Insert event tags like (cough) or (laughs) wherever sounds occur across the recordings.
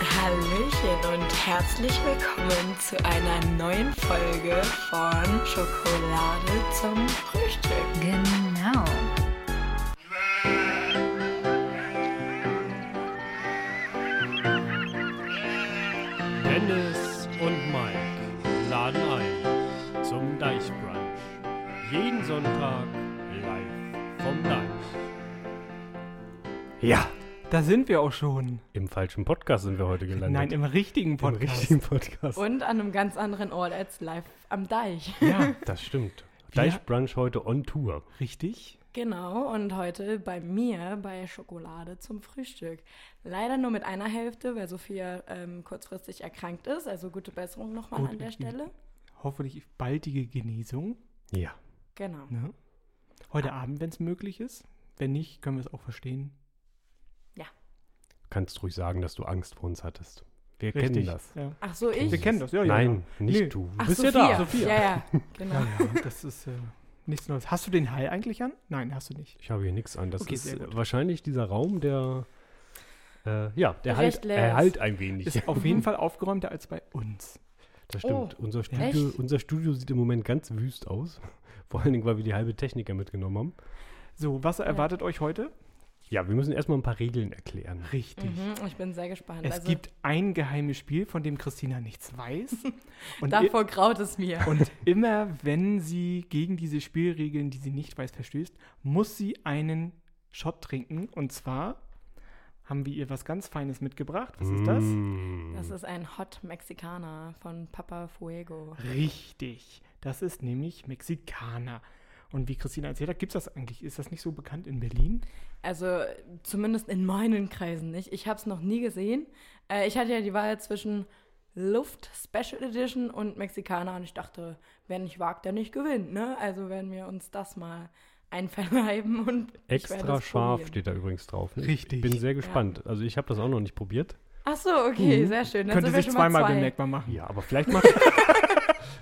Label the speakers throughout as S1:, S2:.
S1: Hallöchen und herzlich willkommen zu einer neuen Folge von Schokolade zum Frühstück.
S2: Genau.
S3: Dennis und Mike laden ein zum Deichbrunch. Jeden Sonntag live vom Deich. Ja,
S4: Da sind wir auch schon.
S3: im falschen Podcast sind wir heute gelandet.
S4: Nein, im richtigen
S3: Im
S4: Podcast.
S3: richtigen Podcast.
S1: Und an einem ganz anderen Ort als live am Deich. (laughs)
S4: Ja,
S3: Das stimmt.
S4: Wir-
S3: Deichbrunch heute on Tour.
S4: richtig.
S1: Genau, und heute bei mir bei Schokolade zum Frühstück. Leider nur mit einer Hälfte, weil Sophia ähm, kurzfristig erkrankt ist. Also gute Besserung nochmal
S4: Gut,
S1: an der
S4: ich-
S1: Stelle.
S4: Hoffentlich baldige Genesung.
S3: Ja.
S1: Genau.
S4: Ne? Heute Abend, wenn es möglich ist. Wenn nicht, können wir es auch verstehen.
S3: Kannst ruhig sagen, dass du Angst vor uns hattest. Wir kennen
S4: Richtig.
S3: das.
S4: Ja.
S1: Ach so,
S4: Wir
S1: ich.
S4: kennen das, ja. ja
S3: Nein, nicht
S4: Nee.
S3: du.
S1: Ach,
S3: bist
S1: Sophia.
S3: ja da.
S4: Sophia.
S1: Ja,
S4: (laughs)
S1: ja, genau.
S4: Ja, ja das ist äh, nichts Neues. Hast du den Hai eigentlich an? Nein, hast du nicht.
S3: Ich habe hier nichts an. Das
S4: Okay,
S3: ist
S4: sehr gut.
S3: wahrscheinlich dieser Raum, der. Äh, ja, der
S1: Recht
S3: halt,
S1: leer
S3: er
S1: ist.
S3: halt ein wenig. (laughs)
S4: Ist auf jeden Fall aufgeräumter als bei uns.
S3: Das
S4: Oh,
S3: stimmt. unser, Studio,
S1: echt?
S3: unser Studio sieht im Moment ganz wüst aus. (laughs) Vor allen Dingen, weil wir die halbe Techniker mitgenommen haben.
S4: So, was erwartet euch heute?
S3: Ja, wir müssen erstmal ein paar Regeln erklären.
S4: Richtig.
S1: Mhm, ich bin sehr gespannt.
S4: Es
S1: also,
S4: gibt ein geheimes Spiel, von dem Christina
S1: (laughs)
S4: nichts weiß. Und ihr- (laughs)
S1: davor graut es mir.
S4: Und immer wenn sie gegen diese Spielregeln, die sie nicht weiß, verstößt, muss sie einen Shot trinken. Und zwar haben wir ihr was ganz Feines mitgebracht. Was ist das?
S3: Mm.
S1: Das
S4: Hm.
S1: ist ein Hot Mexikaner von Papa Fuego.
S4: Richtig. Das ist nämlich Mexikaner. Und wie Christina erzählt hat, gibt es das eigentlich? Ist das nicht so bekannt in Berlin?
S1: Also zumindest in meinen Kreisen nicht. Ich habe es noch nie gesehen. Äh, ich hatte ja die Wahl zwischen Luft Special Edition und Mexikaner und ich dachte, wer nicht wagt, der nicht gewinnt. Ne? Also werden wir uns das mal einverleiben und ich werde
S3: Extra
S1: es
S3: scharf
S1: probieren.
S3: steht da übrigens drauf. ne?
S4: Richtig.
S3: Ich bin sehr gespannt. Also ich habe das auch noch nicht probiert.
S1: Ach so, okay,
S4: Mhm.
S1: sehr schön. Dann
S4: Könnte
S1: sind wir
S4: sich
S1: schon mal
S4: zweimal
S1: zwei.
S4: bemerkbar machen.
S3: Ja, (laughs) aber vielleicht macht,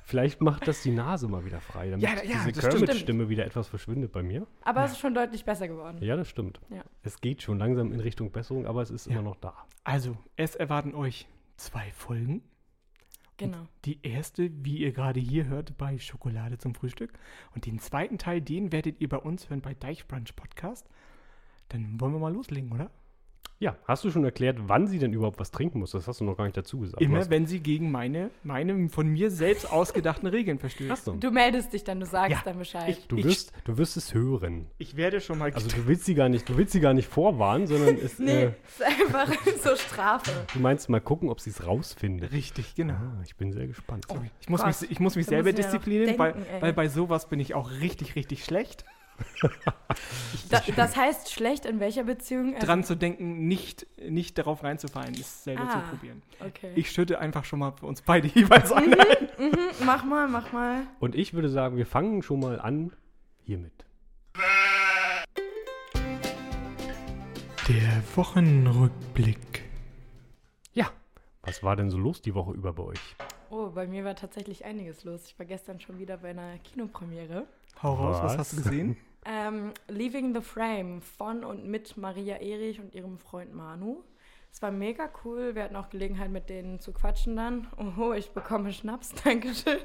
S3: vielleicht macht das die Nase mal wieder frei, damit
S4: Ja, ja,
S3: diese
S4: das stimmt.
S3: Kermit-Stimme wieder etwas verschwindet bei mir.
S1: Aber es ist schon deutlich besser geworden.
S3: Ja, das stimmt.
S1: Ja.
S3: Es geht schon langsam in Richtung Besserung, aber es ist immer noch da.
S4: Also, es erwarten euch zwei Folgen.
S1: Genau.
S4: Die erste, wie ihr gerade hier hört, bei Schokolade zum Frühstück. Und den zweiten Teil, den werdet ihr bei uns hören bei Deichbrunch Podcast. Dann wollen wir mal loslegen, oder?
S3: Ja, hast du schon erklärt, wann sie denn überhaupt was trinken muss? Das hast du noch gar nicht dazu gesagt. Du
S4: Immer
S3: hast-
S4: wenn sie gegen meine, meine von mir selbst ausgedachten Regeln
S3: Ach
S4: verstößt.
S3: so.
S1: Du meldest dich dann, du sagst
S4: Ja,
S1: dann Bescheid.
S4: Ich,
S3: Du
S4: ich,
S3: wirst, du wirst es hören.
S4: ich werde schon mal
S3: Also du willst sie gar nicht, du willst sie gar nicht vorwarnen, sondern es,
S1: nee, (laughs)
S3: äh,
S1: es ist einfach so Strafe.
S3: du meinst mal gucken, ob sie es rausfindet.
S4: Richtig, genau.
S3: Ah, ich bin sehr gespannt.
S4: Sorry. Ich muss,
S1: Oh Gott.
S4: mich, ich muss mich
S1: Da
S4: selber
S1: müssen wir noch
S4: disziplinieren,
S1: denken, ey.
S4: weil, weil bei sowas bin ich auch richtig, richtig schlecht.
S1: Da, das heißt schlecht in welcher Beziehung? Also-
S4: Dran zu denken, nicht, nicht darauf reinzufallen, ist selber
S1: Ah.
S4: zu probieren.
S1: Okay.
S4: Ich schütte einfach schon mal für uns beide jeweils an.
S1: Mhm, (laughs) mach mal, mach mal.
S3: Und ich würde sagen, wir fangen schon mal an hiermit.
S4: Der Wochenrückblick.
S3: Ja. Was war denn so los die Woche über bei euch?
S1: Oh, bei mir war tatsächlich einiges los. Ich war gestern schon wieder bei einer Kinopremiere.
S4: Hau raus, was
S3: Was?
S4: hast du
S3: (laughs)
S4: gesehen?
S1: Ähm, Leaving the Frame von und mit Maria Erich und ihrem Freund Manu. Es war mega cool. Wir hatten auch Gelegenheit, mit denen zu quatschen dann. Oho, ich bekomme Schnaps, (laughs) Dankeschön.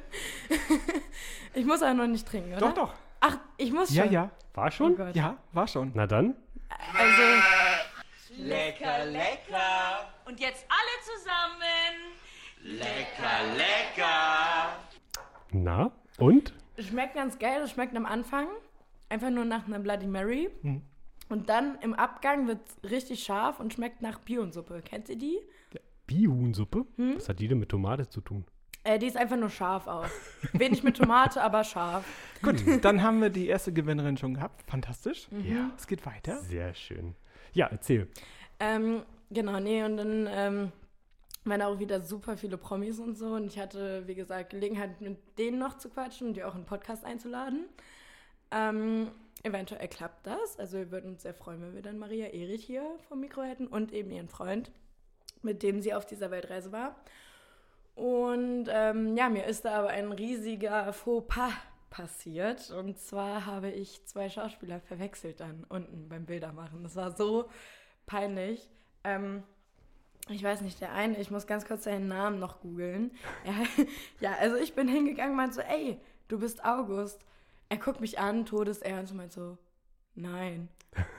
S1: ich muss aber noch nicht trinken, oder?
S4: Doch, doch.
S1: Ach, ich muss
S4: Ja,
S1: schon.
S4: ja.
S3: War
S1: Oh
S3: schon?
S1: Gott.
S4: Ja, war schon.
S3: Na dann,
S1: Also,
S5: Lecker, lecker,
S6: Und jetzt alle zusammen.
S5: lecker, lecker.
S3: na und?
S1: es schmeckt ganz geil. Es schmeckt am Anfang einfach nur nach einer Bloody Mary. Und dann im Abgang wird es richtig scharf und schmeckt nach Bionsuppe. Kennt ihr die?
S3: Bihuhnsuppe? Was hat die denn mit Tomate zu tun?
S1: Äh, die ist einfach nur scharf auch. Wenig mit Tomate, aber scharf.
S4: Gut, dann haben wir die erste Gewinnerin schon gehabt. Fantastisch.
S3: Ja.
S4: Es geht weiter.
S3: Sehr schön. Ja, erzähl.
S1: Ähm, genau, nee, und dann ähm, waren auch wieder super viele Promis und so. Und ich hatte, wie gesagt, Gelegenheit, mit denen noch zu quatschen und die auch in den Podcast einzuladen. Ähm, eventuell klappt das. Also wir würden uns sehr freuen, wenn wir dann Maria Erich hier vom Mikro hätten und eben ihren Freund, mit dem sie auf dieser Weltreise war. Und ähm, ja, mir ist da aber ein riesiger Fauxpas passiert. Und zwar habe ich zwei Schauspieler verwechselt dann unten beim Bildermachen. Das war so peinlich. Ähm, ich weiß nicht, der eine, ich muss ganz kurz seinen Namen noch googeln. Er- (laughs) ja, also ich bin hingegangen und meinte so, ey, du bist August. Er guckt mich an, todesernst und meint so, nein.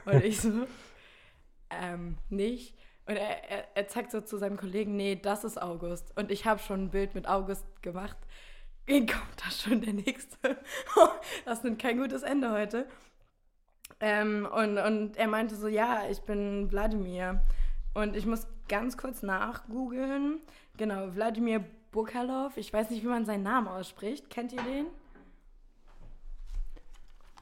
S1: Und ich so, (laughs) ähm, nicht. Und er, er, er zeigt so zu seinem Kollegen, nee, das ist August. Und ich habe schon ein Bild mit August gemacht. Wen kommt da schon der nächste? (laughs) das nimmt kein gutes Ende heute. Ähm, und, und er meinte so, ja, ich bin Wladimir. Und ich muss ganz kurz nachgoogeln. Genau, Wladimir Bukalov. Ich weiß nicht, wie man seinen Namen ausspricht. Kennt ihr den?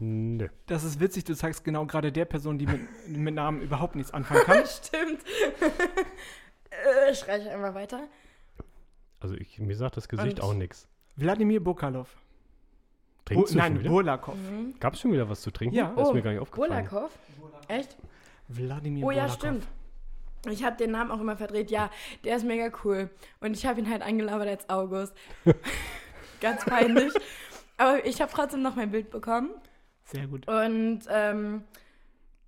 S3: Nö.
S4: Das ist witzig, du sagst genau gerade der Person, die mit, mit Namen überhaupt nichts anfangen kann. (laughs)
S1: Stimmt. (laughs) äh, schrei ich einfach weiter.
S3: Also ich, mir sagt das Gesicht
S1: Und-
S3: auch nichts.
S4: Wladimir Burkalov. Bu
S3: Trinkst du schon
S4: Oh, nein,
S3: wieder?
S4: Burlakov.
S3: Gab es schon wieder was zu trinken?
S4: Ja.
S3: Das ist
S1: oh,
S3: mir gar nicht aufgefallen.
S1: Burlakow? Echt?
S4: Wladimir
S1: Oh ja,
S4: Burlakov.
S1: stimmt. Ich habe den Namen auch immer verdreht. Ja, der ist mega cool. Und ich habe ihn halt angelabert als
S3: (laughs)
S1: August. (laughs) Ganz peinlich. Aber ich habe trotzdem noch mein Bild bekommen.
S4: Sehr gut.
S1: Und ähm,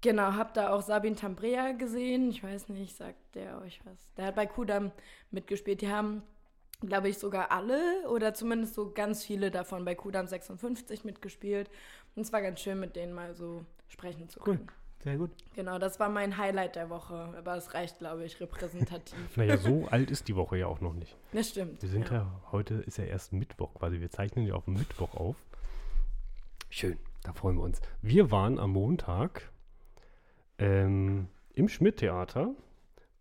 S1: genau, habe da auch Sabine Tambrea gesehen. Ich weiß nicht, sagt der euch was? Der hat bei Kudam mitgespielt. Die haben, glaube ich, sogar alle oder zumindest so ganz viele davon bei Kudam 56 mitgespielt. Und es war ganz schön, mit denen mal so sprechen zu
S4: Cool.
S1: können.
S4: Sehr gut.
S1: Genau, das war mein Highlight der Woche. Aber es reicht, glaube ich,
S3: (laughs)
S1: repräsentativ.
S3: Naja, so alt ist die Woche ja auch noch nicht.
S1: Das stimmt.
S3: Wir sind ja. heute ist ja erst Mittwoch quasi. Wir zeichnen ja auf den Mittwoch auf. Schön, da freuen wir uns. Wir waren am Montag ähm, im Schmidt-Theater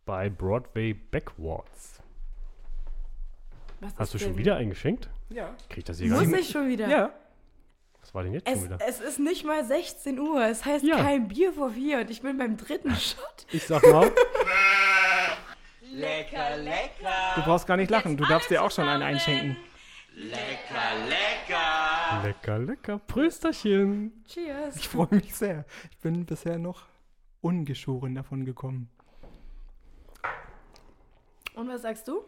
S3: bei Broadway Backwards.
S1: Was
S3: Hast
S1: ist
S3: du schon
S1: denn-
S3: wieder eingeschenkt?
S4: Ja.
S3: Krieg ich das hier gar nicht
S1: Muss
S3: mit?
S1: ich schon wieder?
S4: Ja.
S3: Was war denn jetzt
S1: Es,
S3: schon wieder?
S1: es ist nicht mal 16 Uhr. Es heißt
S3: Ja.
S1: kein Bier vor vier und ich bin beim dritten Shot.
S3: Ich sag mal,
S5: lecker, lecker,
S4: Du brauchst gar nicht lachen. Du darfst dir auch schon einen
S6: zusammen.
S4: einschenken.
S5: lecker, lecker.
S3: lecker, lecker, Prösterchen.
S1: Cheers.
S3: (laughs)
S4: Ich freue mich sehr. Ich bin bisher noch ungeschoren davon gekommen.
S1: Und was sagst du?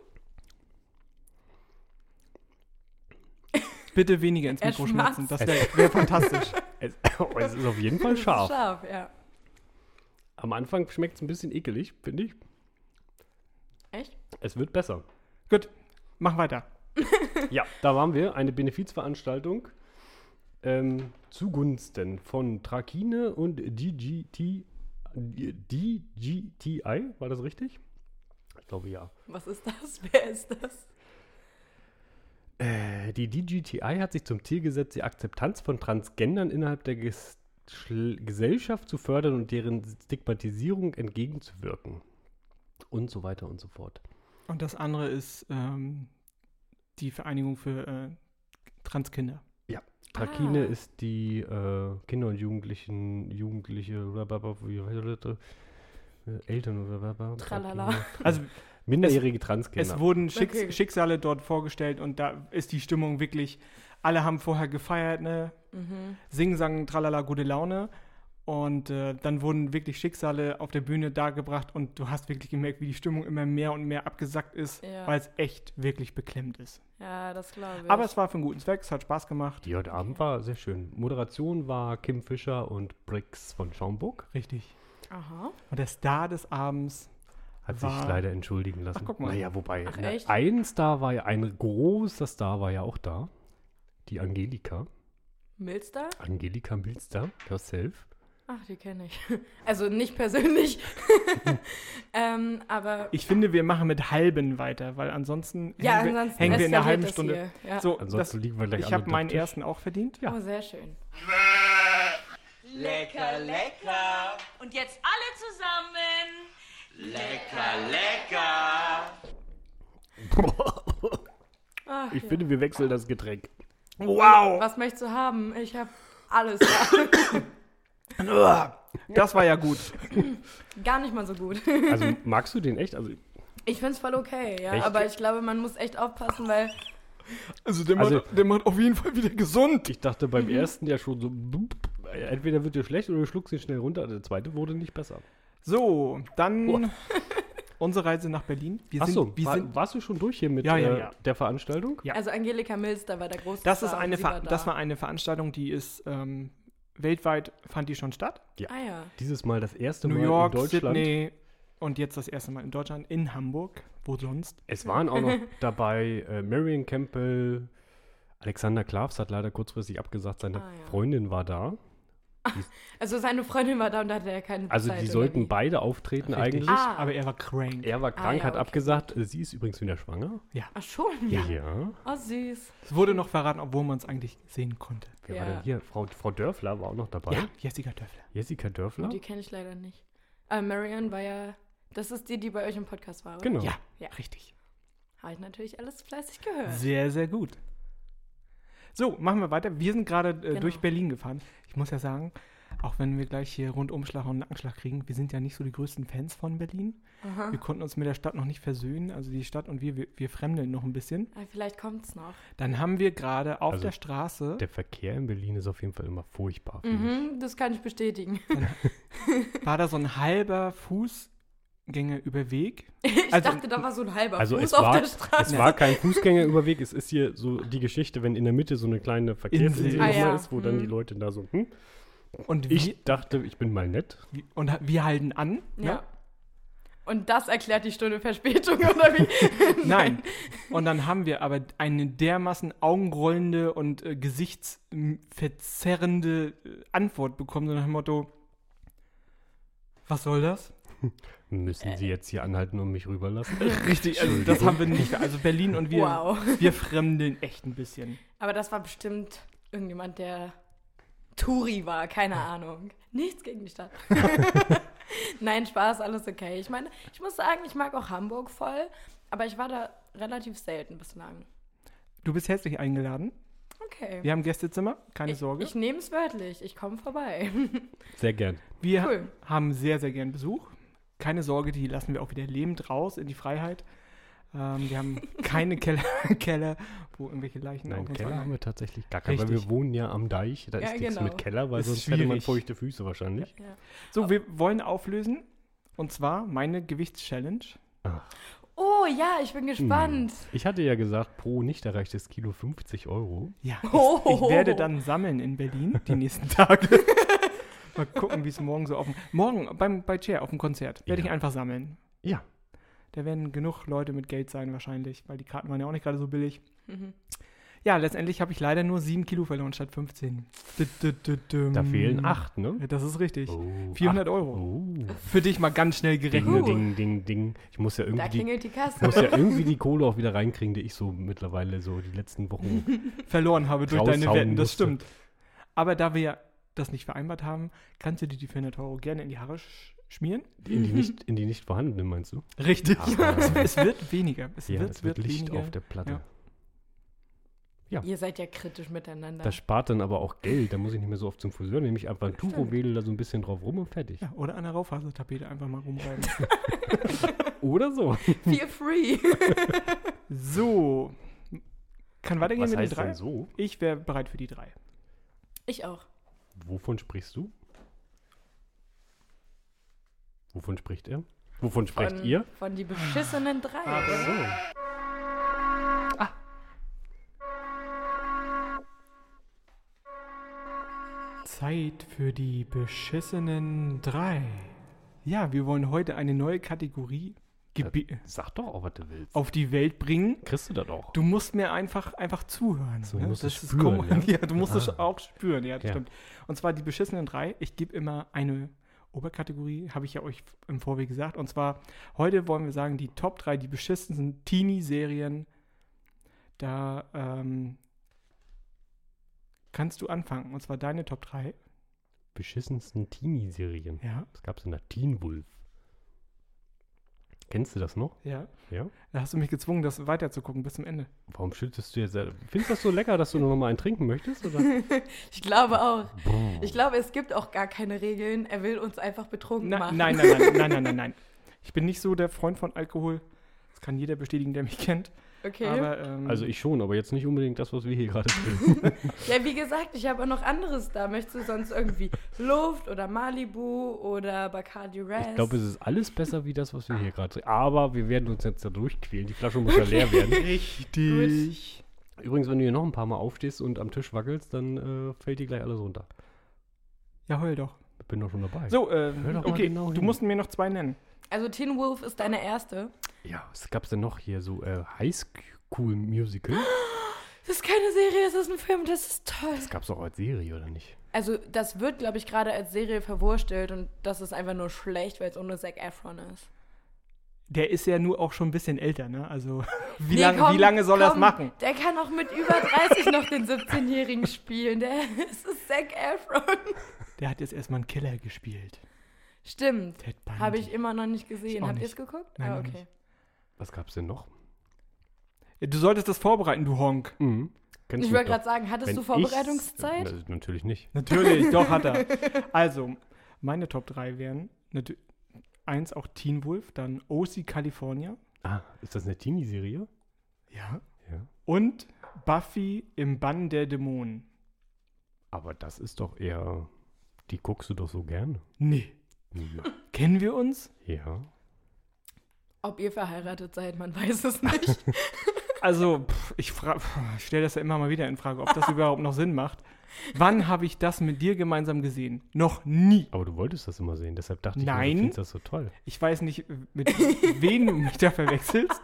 S4: Bitte weniger ins
S1: Er
S4: Mikro schmatzen. Das
S1: schmatzt.
S4: wäre
S1: (laughs)
S4: wär fantastisch.
S3: Es, (laughs) oh, es ist auf jeden Fall
S1: Scharf.
S3: scharf.
S1: Scharf, ja.
S3: Am Anfang schmeckt es ein bisschen ekelig, finde ich.
S1: Echt?
S3: Es wird besser.
S4: Gut, mach weiter.
S3: Ja, da waren wir, eine Benefizveranstaltung ähm, zugunsten von Trakine und DGT, DGTI, war das richtig? Ich glaube ja.
S1: Was ist das? (laughs) Wer ist das?
S3: Äh, Die DGTI hat sich zum Ziel gesetzt, die Akzeptanz von Transgendern innerhalb der Ges Schl- Gesellschaft zu fördern und deren Stigmatisierung entgegenzuwirken. Und so weiter und so fort.
S4: Und das andere ist ähm, die Vereinigung für äh, Transkinder.
S3: Trakine
S1: Ah.
S3: ist die äh, Kinder und Jugendlichen, Jugendliche, blablabla, wie heißt das? Äh, Eltern oder blablabla,
S1: Tralala.
S4: (laughs)
S3: Trakine.
S4: Also
S3: Minderjährige
S4: es
S3: Transkinder.
S4: wurden Schicks
S1: Okay.
S4: Schicksale dort vorgestellt und da ist die Stimmung wirklich, alle haben vorher gefeiert, ne? Singen, sangen, tralala, gute Laune. Und äh, dann wurden wirklich Schicksale auf der Bühne dargebracht und du hast wirklich gemerkt, wie die Stimmung immer mehr und mehr abgesackt ist,
S1: Ja.
S4: weil es echt wirklich beklemmt ist.
S1: Ja, das glaube ich.
S4: Aber es war für einen guten Zweck, es hat Spaß gemacht.
S3: Die heute Abend war sehr schön. Moderation war Kim Fischer und Brix von Schaumburg.
S4: Richtig.
S1: Aha.
S4: Und der Star des Abends
S3: Hat
S4: War-
S3: sich leider entschuldigen lassen.
S4: guck mal.
S3: Naja, wobei,
S1: Ach,
S3: ne,
S1: echt?
S3: ein Star war ja, ein großer Star war ja auch da. Die Angelika.
S1: Milster?
S3: Angelika Milster, herself.
S1: Ach, die kenne ich. (laughs) Also nicht persönlich. (laughs) ähm, aber
S4: Ich finde, wir machen mit halben weiter, weil ansonsten
S1: ja,
S4: hängen, wir-
S1: ansonsten
S4: hängen wir in der
S1: eskaliert
S4: halben
S1: das
S4: Stunde.
S1: hier. Ja.
S4: So, das,
S3: Ansonsten liegen wir gleich
S4: ich
S3: alle
S4: habe
S3: unter
S4: meinen
S3: dem Tisch. (laughs)
S4: ersten auch verdient.
S1: Oh, sehr schön.
S5: Lecker, lecker,
S6: Und jetzt alle zusammen.
S5: lecker, lecker.
S1: Ach,
S3: Ich
S1: ja.
S3: finde, wir wechseln das Getränk.
S4: Wow!
S1: Was möchtest du haben? Ich habe alles. da. (laughs)
S4: Das war ja gut.
S1: Gar nicht mal so gut. (laughs)
S3: Also
S4: (laughs)
S3: magst du den echt? Also
S1: Ich finde es voll okay, ja.
S3: Echt?
S1: Aber ich glaube, man muss echt aufpassen, weil
S4: Also der,
S3: Also-
S4: macht, der macht auf jeden Fall wieder gesund.
S3: Ich dachte beim
S4: Mhm.
S3: ersten ja schon so, blub, entweder wird dir schlecht oder du schluckst ihn schnell runter. Der zweite wurde nicht besser.
S4: So, dann (laughs) unsere Reise nach Berlin. Wir
S3: Achso,
S4: sind, wir
S3: war,
S4: sind,
S3: warst du schon durch hier mit
S4: Ja, ja,
S3: äh,
S4: ja.
S3: der Veranstaltung?
S4: Ja.
S1: also Angelika Milster war der große
S4: das, ist
S1: Star und
S4: eine
S1: sie
S4: Ver
S1: da.
S4: das war eine Veranstaltung, die ist ähm, weltweit, fand die schon statt.
S1: Ah ja.
S3: Dieses Mal das erste
S4: New
S3: Mal
S4: York,
S3: in Deutschland.
S4: Sydney, Und jetzt das erste Mal in Deutschland, in Hamburg. Wo sonst?
S3: Es waren auch
S4: (laughs)
S3: noch dabei äh, Marion Campbell, Alexander Klavs hat leider kurzfristig abgesagt, seine
S1: Ah, ja.
S3: Freundin war da.
S1: Also seine Freundin war da und da hatte er keine
S3: Also
S1: Zeit.
S3: die
S1: oder
S3: sollten
S1: wie?
S3: beide auftreten eigentlich.
S1: Ah.
S4: Aber er war crank.
S3: Er war krank,
S1: ja,
S3: hat
S1: okay.
S3: abgesagt. Äh, Sie ist übrigens wieder schwanger.
S1: Ach schon?
S3: ja.
S1: Oh, süß.
S4: Es wurde noch verraten, obwohl man es eigentlich sehen konnte.
S3: Wer
S1: Ja.
S3: war denn hier? Frau, Frau Dörfler war auch noch dabei.
S4: Ja, Jessica Döffler.
S3: Jessica Dörfler?
S1: Die kenne ich leider nicht. Äh, Marianne war ja... Das ist die, die bei euch im Podcast war, oder?
S3: Genau.
S4: Ja,
S1: Ja. Äh.
S4: richtig.
S1: Habe ich natürlich alles fleißig gehört.
S4: Sehr, sehr gut. So, machen wir weiter. Wir sind gerade äh, durch
S1: Genau.
S4: Berlin gefahren. Ich muss ja sagen, auch wenn wir gleich hier Rundumschlag und Nackenschlag kriegen, wir sind ja nicht so die größten Fans von Berlin. Wir konnten uns mit der Stadt noch nicht versöhnen. Also die Stadt und wir, wir, wir fremdeln noch ein bisschen.
S1: Äh, Vielleicht kommt es noch.
S4: Dann haben wir gerade auf
S3: Also,
S4: der Straße,
S3: Der Verkehr in Berlin ist auf jeden Fall immer furchtbar. finde ich.
S1: Mhm, das kann ich bestätigen. (laughs)
S4: war da so ein halber Fußgängerüberweg.
S1: Ich
S4: Also-
S1: dachte, da war so ein halber
S3: Also
S1: Fuß
S3: es
S1: auf
S3: war,
S1: der Straße.
S3: es war kein Fußgängerüberweg, es ist hier so die Geschichte, wenn in der Mitte so eine kleine Verkehrsinsel
S4: Ah,
S3: nochmal
S1: ja.
S3: ist, wo dann die
S1: Mhm.
S3: Leute da so, hm,
S4: Und wir,
S3: ich dachte, ich bin mal nett.
S4: und wir halten an. Ne?
S1: ja. Und das erklärt die Stunde Verspätung, oder wie?
S3: (laughs)
S1: (laughs)
S4: Nein. Und dann haben wir aber eine dermaßen augenrollende und äh, gesichtsverzerrende äh, Antwort bekommen, so nach dem Motto, was soll das?
S3: Müssen
S1: Äh.
S3: Sie jetzt hier anhalten und mich rüberlassen?
S4: Richtig, also das haben wir nicht. Also Berlin und wir,
S1: Wow.
S4: wir fremdeln echt ein bisschen.
S1: Aber das war bestimmt irgendjemand, der Touri war, keine Ahnung. Nichts gegen die
S3: (laughs)
S1: Stadt. Nein, Spaß, alles okay. Ich meine, ich muss sagen, ich mag auch Hamburg voll, aber ich war da relativ selten bislang.
S4: Du bist herzlich eingeladen.
S1: Okay.
S4: Wir haben Gästezimmer, keine
S1: ich
S4: Sorge.
S1: ich nehme es wörtlich. Ich komme vorbei.
S3: Sehr gern.
S4: wir
S1: (laughs) cool.
S4: haben sehr, sehr gern Besuch. Keine Sorge, die lassen wir auch wieder lebend raus in die Freiheit. Ähm, wir haben keine Keller, (laughs) Keller, wo irgendwelche Leichen
S3: Nein,
S4: auf uns
S3: Keller
S4: warten.
S3: haben wir tatsächlich gar keinen, weil
S4: Richtig.
S3: wir wohnen ja am Deich. Da ist
S1: Ja,
S3: nichts
S1: genau.
S3: mit Keller, weil
S4: Ist
S3: sonst hätte man
S4: schwierig.
S3: feuchte Füße wahrscheinlich.
S4: So, wir wollen auflösen. Und zwar meine Gewichtschallenge.
S1: Oh ja, ich
S3: Hm.
S1: bin gespannt.
S3: Ah, Ich hatte ja gesagt, pro nicht erreichtes Kilo 50 Euro.
S4: Ja, ich, ich
S1: Oh.
S4: werde dann sammeln in Berlin die nächsten Tage. Mal gucken, wie es morgen so auf dem... Morgen beim, bei Chair auf dem Konzert werde
S3: Ja.
S4: ich einfach sammeln.
S3: Ja.
S4: Da werden genug Leute mit Geld sein wahrscheinlich, weil die Karten waren ja auch nicht gerade so billig. Ja, letztendlich habe ich leider nur 7 Kilo verloren statt 15. Dü- dü- dü- düm.
S3: Da fehlen 8, ne?
S4: Ja, Das ist richtig.
S3: Oh,
S4: 400
S3: acht.
S4: Euro.
S3: Oh.
S4: Für dich mal ganz schnell
S3: Ding,
S4: gerechnet.
S3: ding, ding, ding. Ich muss ja
S1: Da
S3: irgendwie die,
S1: klingelt die Kasse.
S3: muss ja irgendwie die Kohle auch wieder reinkriegen, die ich so mittlerweile so die letzten Wochen.
S4: verloren habe durch
S3: Raushauen
S4: deine Wetten. Das
S3: musste.
S4: stimmt. Aber da wir ja das nicht vereinbart haben, kannst du dir die 400 Euro gerne in die Haare sch schmieren.
S3: In die nicht, in die nicht vorhandenen, meinst du?
S4: Richtig.
S3: Ah.
S4: (laughs) es wird weniger. Es
S3: Ja,
S4: wird,
S3: es wird Licht
S4: weniger.
S3: auf der Platte.
S4: Ja.
S1: Ihr seid ja kritisch miteinander.
S3: Das spart dann aber auch Geld. Da muss ich nicht mehr so oft zum Friseur. Nehme ich einfach ein Tuch und wedel da so ein bisschen drauf rum und fertig.
S4: ja, oder an der Raufasertapete einfach mal rumreiben.
S3: Oder so.
S1: Feel free.
S4: so. Kann weitergehen
S3: Was
S4: mit
S3: heißt
S4: den drei?
S3: denn so?
S4: Ich wäre bereit für die drei.
S1: Ich auch.
S3: Wovon sprichst du? Wovon spricht er? Wovon sprecht
S1: Von,
S3: ihr? Ah,
S1: Von die beschissenen drei.
S3: So.
S4: Zeit für die beschissenen drei. Ja, wir wollen heute eine neue Kategorie gebi-
S3: Sag doch auch, was du willst.
S4: auf die Welt bringen.
S3: Kriegst du das auch?
S4: Du musst mir einfach, einfach zuhören. ne?
S3: So, du musst es
S4: ist
S3: spüren,
S4: komisch. (laughs)
S3: ja?
S4: ja? du musst es
S3: Ah.
S4: auch spüren, ja, das
S3: Ja.
S4: stimmt. Und zwar die beschissenen drei. Ich gebe immer eine Oberkategorie, habe ich ja euch im Vorweg gesagt. Und zwar, heute wollen wir sagen, die Top 3, die beschissensten Teenie-Serien. Da ähm, kannst du anfangen. Und zwar deine Top 3.
S3: Beschissensten Teenie-Serien.
S4: Ja,
S3: Das gab es in der Teen Wolf. Kennst du das noch?
S4: ja.
S3: Ja.
S4: Da hast du mich gezwungen, das weiterzugucken bis zum Ende.
S3: Warum schüttest du jetzt? Findest du das so lecker, dass du noch mal einen trinken
S1: (laughs)
S3: möchtest? Oder?
S1: Ich glaube auch. Ich glaube, es gibt auch gar keine Regeln. Er will uns einfach betrunken
S4: Na,
S1: machen.
S4: nein, nein, nein, nein, nein, nein, nein. Ich bin nicht so der Freund von Alkohol. Das kann jeder bestätigen, der mich kennt.
S1: (laughs) Okay.
S4: Aber, ähm,
S3: Also ich schon, aber jetzt nicht unbedingt das, was wir hier gerade trinken.
S1: ja, wie gesagt, ich habe auch noch anderes da. Möchtest du sonst irgendwie Luft oder Malibu oder Bacardi Res?
S3: Ich glaube, es ist alles besser wie das, was wir hier gerade trinken. Aber wir werden uns jetzt da durchquälen. Die Flasche muss ja leer werden.
S4: Richtig.
S3: Übrigens, wenn du hier noch ein paar Mal aufstehst und am Tisch wackelst, dann äh, fällt dir gleich alles runter.
S4: Ja, heul doch.
S3: Ich bin doch schon dabei.
S4: So,
S3: Hör
S4: ähm,
S3: doch mal
S4: okay,
S3: genau
S4: du
S3: hin.
S4: musst mir noch zwei nennen.
S1: Also Teen Wolf ist deine erste.
S3: Ja, was gab es denn noch hier? So äh, High
S1: (gasps)
S3: School Musical?
S1: Das ist keine Serie, das ist ein Film, das ist toll.
S3: Das gab es auch als Serie, oder nicht?
S1: Also das wird, glaube ich, gerade als Serie verwurstelt und das ist einfach nur schlecht, weil es ohne Zac Efron ist.
S4: Der ist ja nur auch schon ein bisschen älter, ne? Also, (laughs) wie,
S1: Nee,
S4: lang,
S1: komm,
S4: wie lange soll er es
S1: komm,
S4: machen?
S1: Der kann auch mit über 30 noch den 17-Jährigen spielen. Der (laughs) es ist Zac Efron.
S4: Der hat jetzt erstmal einen Killer gespielt.
S1: Stimmt.
S4: Ted Bundy.
S1: Habe ich immer noch nicht
S4: Ich
S1: gesehen.
S4: auch
S1: Habt ihr
S4: nicht.
S1: es geguckt?
S4: Nein,
S1: ah,
S4: noch
S1: okay.
S4: nicht.
S3: Was gab es denn noch?
S4: Äh, Du solltest das vorbereiten, du Honk.
S3: Mhm. Kennst
S1: Ich
S3: du mich
S1: wollte
S3: doch.
S1: gerade sagen, hattest
S3: Wenn
S1: du
S3: ich's-
S1: Vorbereitungszeit?
S3: Na, natürlich nicht.
S4: Natürlich,
S1: (laughs)
S4: doch hat er. Also, meine Top 3 wären natü- eins auch Teen Wolf, dann OC California.
S3: Ah, ist das eine Teenie-Serie?
S4: Ja.
S3: Ja.
S4: Und Buffy im Bann der Dämonen.
S3: Aber das ist doch eher. Die guckst du doch so gern.
S4: Nee.
S3: Ja.
S4: Kennen wir uns?
S3: ja.
S1: Ob ihr verheiratet seid, man weiß es
S4: (laughs)
S1: nicht.
S4: Also, pff, ich, fra- (laughs) pff, ich stelle das ja immer mal wieder in Frage,
S1: (laughs)
S4: ob das überhaupt noch Sinn macht. Wann habe ich das mit dir gemeinsam gesehen? Noch nie.
S3: Aber du wolltest das immer sehen, deshalb dachte ich,
S4: Nein.
S3: mir, du findest das so toll.
S4: Ich weiß nicht,
S1: (laughs)
S4: mit wem du mich da verwechselst.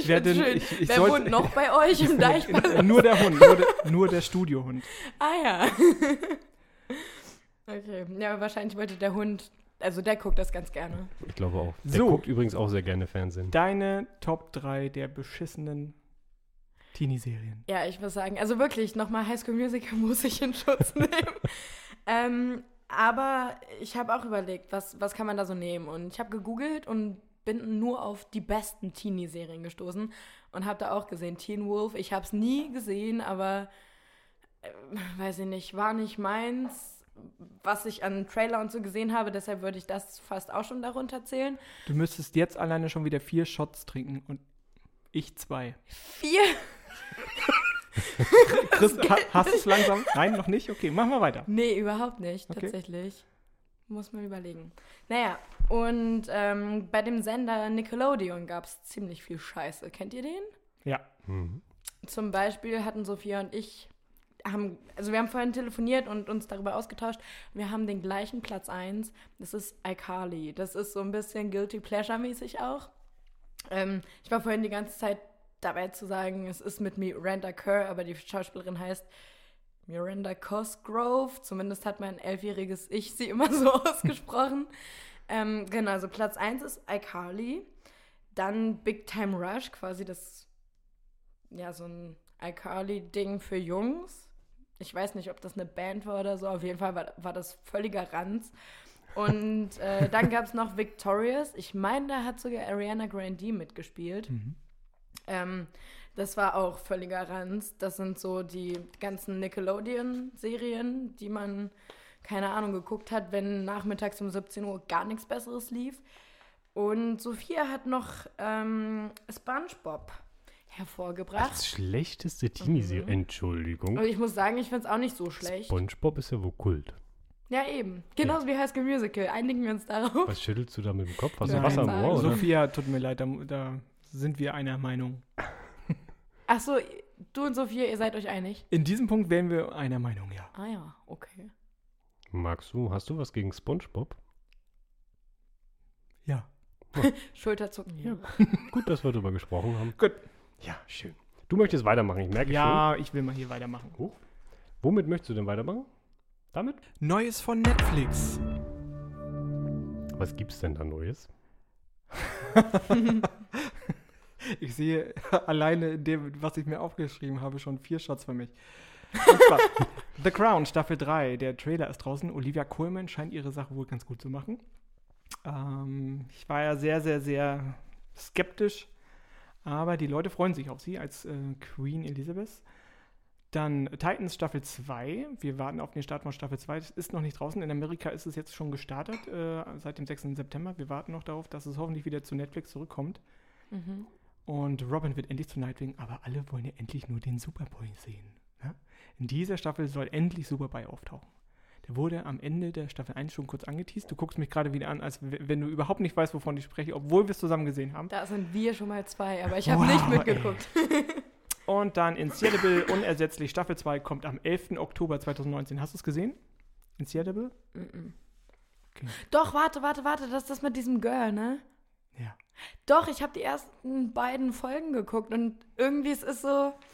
S4: Ich werde
S1: Schön.
S4: ich, ich
S1: Wer
S4: sollte- (laughs) Genau.
S1: wohnt noch bei euch im Deichmann?
S4: Nur der Hund, nur der, nur der Studiohund.
S1: ah ja. (laughs) okay. Ja, aber wahrscheinlich wollte der Hund, also der guckt das ganz gerne.
S3: Ich glaube auch. Der
S4: So.
S3: guckt übrigens auch sehr gerne Fernsehen.
S4: Deine Top 3 der beschissenen Teenie-Serien.
S1: Ja, ich muss sagen, also wirklich, nochmal High School Musical (laughs) muss ich in Schutz nehmen. ähm, aber ich habe auch überlegt, was, was kann man da so nehmen? Und ich habe gegoogelt und bin nur auf die besten Teenie-Serien gestoßen und habe da auch gesehen Teen Wolf. Ich habe es nie gesehen, aber äh, weiß ich nicht, war nicht meins, was ich an Trailer und so gesehen habe. Deshalb würde ich das fast auch schon darunter zählen.
S4: Du müsstest jetzt alleine schon wieder vier Shots trinken und ich zwei.
S1: Vier
S4: Chris, ha, hast du es langsam? Nein, noch nicht? Okay, machen wir weiter.
S1: Nee, überhaupt nicht,
S4: Okay.
S1: tatsächlich. Muss man überlegen. Naja, und ähm, bei dem Sender Nickelodeon gab es ziemlich viel Scheiße. Kennt ihr den?
S4: Ja.
S3: Mhm.
S1: Zum Beispiel hatten Sophia und ich, haben, also wir haben vorhin telefoniert und uns darüber ausgetauscht. Wir haben den gleichen Platz 1. Das ist iCarly. Das ist so ein bisschen Guilty Pleasure-mäßig auch. Ähm, ich war vorhin die ganze Zeit dabei zu sagen, es ist mit Miranda Kerr, aber die Schauspielerin heißt Miranda Cosgrove. Zumindest hat mein elfjähriges Ich sie immer (laughs) so ausgesprochen. ähm, genau, also Platz 1 ist iCarly. Dann Big Time Rush, quasi das ja, so ein iCarly-Ding für Jungs. Ich weiß nicht, ob das eine Band war oder so. Auf jeden Fall war, war das völliger Ranz. Und äh, dann gab es noch Victorious. Ich meine, da hat sogar Ariana Grande mitgespielt. Ähm, das war auch völliger Ranz. Das sind so die ganzen Nickelodeon-Serien, die man, keine Ahnung, geguckt hat, wenn nachmittags um 17 Uhr gar nichts Besseres lief. Und Sophia hat noch ähm, SpongeBob hervorgebracht.
S3: Als schlechteste Teenie-Serie.
S4: Mhm.
S3: Entschuldigung.
S4: Oh,
S1: Und ich muss sagen, ich finde es auch nicht so schlecht.
S3: SpongeBob ist ja wohl Kult.
S1: Ja, eben. Genauso wie High School Musical. Einigen wir uns darauf.
S3: Was schüttelst du da mit dem Kopf? Hast du
S4: Nein.
S3: Also Wasser ne? im Ohr? Oder?
S4: Sophia, tut mir leid, da, da sind wir einer Meinung.
S1: Ach so, du und Sophia, ihr seid euch einig?
S4: In diesem Punkt wären wir einer Meinung, ja.
S1: Ah ja, okay.
S3: Magst du, hast du was gegen SpongeBob?
S4: Ja.
S1: Schulterzucken hier.
S3: Gut, dass wir darüber gesprochen haben.
S4: Gut.
S3: Ja, schön. Du möchtest weitermachen, ich merke
S4: Ja, ich will mal hier weitermachen.
S3: schon. Womit möchtest du denn weitermachen? Damit?
S4: Neues von Netflix.
S3: Was gibt's denn da Neues?
S4: Ich sehe (laughs) alleine in dem, was ich mir aufgeschrieben habe, schon vier Shots für mich. Und zwar, The Crown, Staffel 3. Der Trailer ist draußen. Olivia Colman scheint ihre Sache wohl ganz gut zu machen. Ähm, ich war ja sehr, sehr, sehr skeptisch. Aber die Leute freuen sich auf sie als äh, Queen Elizabeth. Dann Titans Staffel 2. Wir warten auf den Start von Staffel 2. Es ist noch nicht draußen. In Amerika ist es jetzt schon gestartet, äh, seit dem 6. September. Wir warten noch darauf, dass es hoffentlich wieder zu Netflix zurückkommt. Und Robin wird endlich zu Nightwing, aber alle wollen ja endlich nur den Superboy sehen. Ne? In dieser Staffel soll endlich Superboy auftauchen. Der wurde am Ende der Staffel 1 schon kurz angeteased. Du guckst mich gerade wieder an, als w- wenn du überhaupt nicht weißt, wovon ich spreche, obwohl wir es zusammen gesehen haben.
S1: Da sind wir schon mal zwei, aber ich habe
S4: Wow,
S1: nicht mitgeguckt.
S4: Und dann Insatiable, unersetzlich, Staffel 2 kommt am 11. Oktober 2019. Hast du es gesehen? Insatiable?
S1: Mhm.
S4: Okay.
S1: Mm, Doch, warte, warte, warte, das ist das mit diesem Girl, ne?
S4: Ja.
S1: Doch, ich habe die ersten beiden Folgen geguckt und irgendwie es ist so.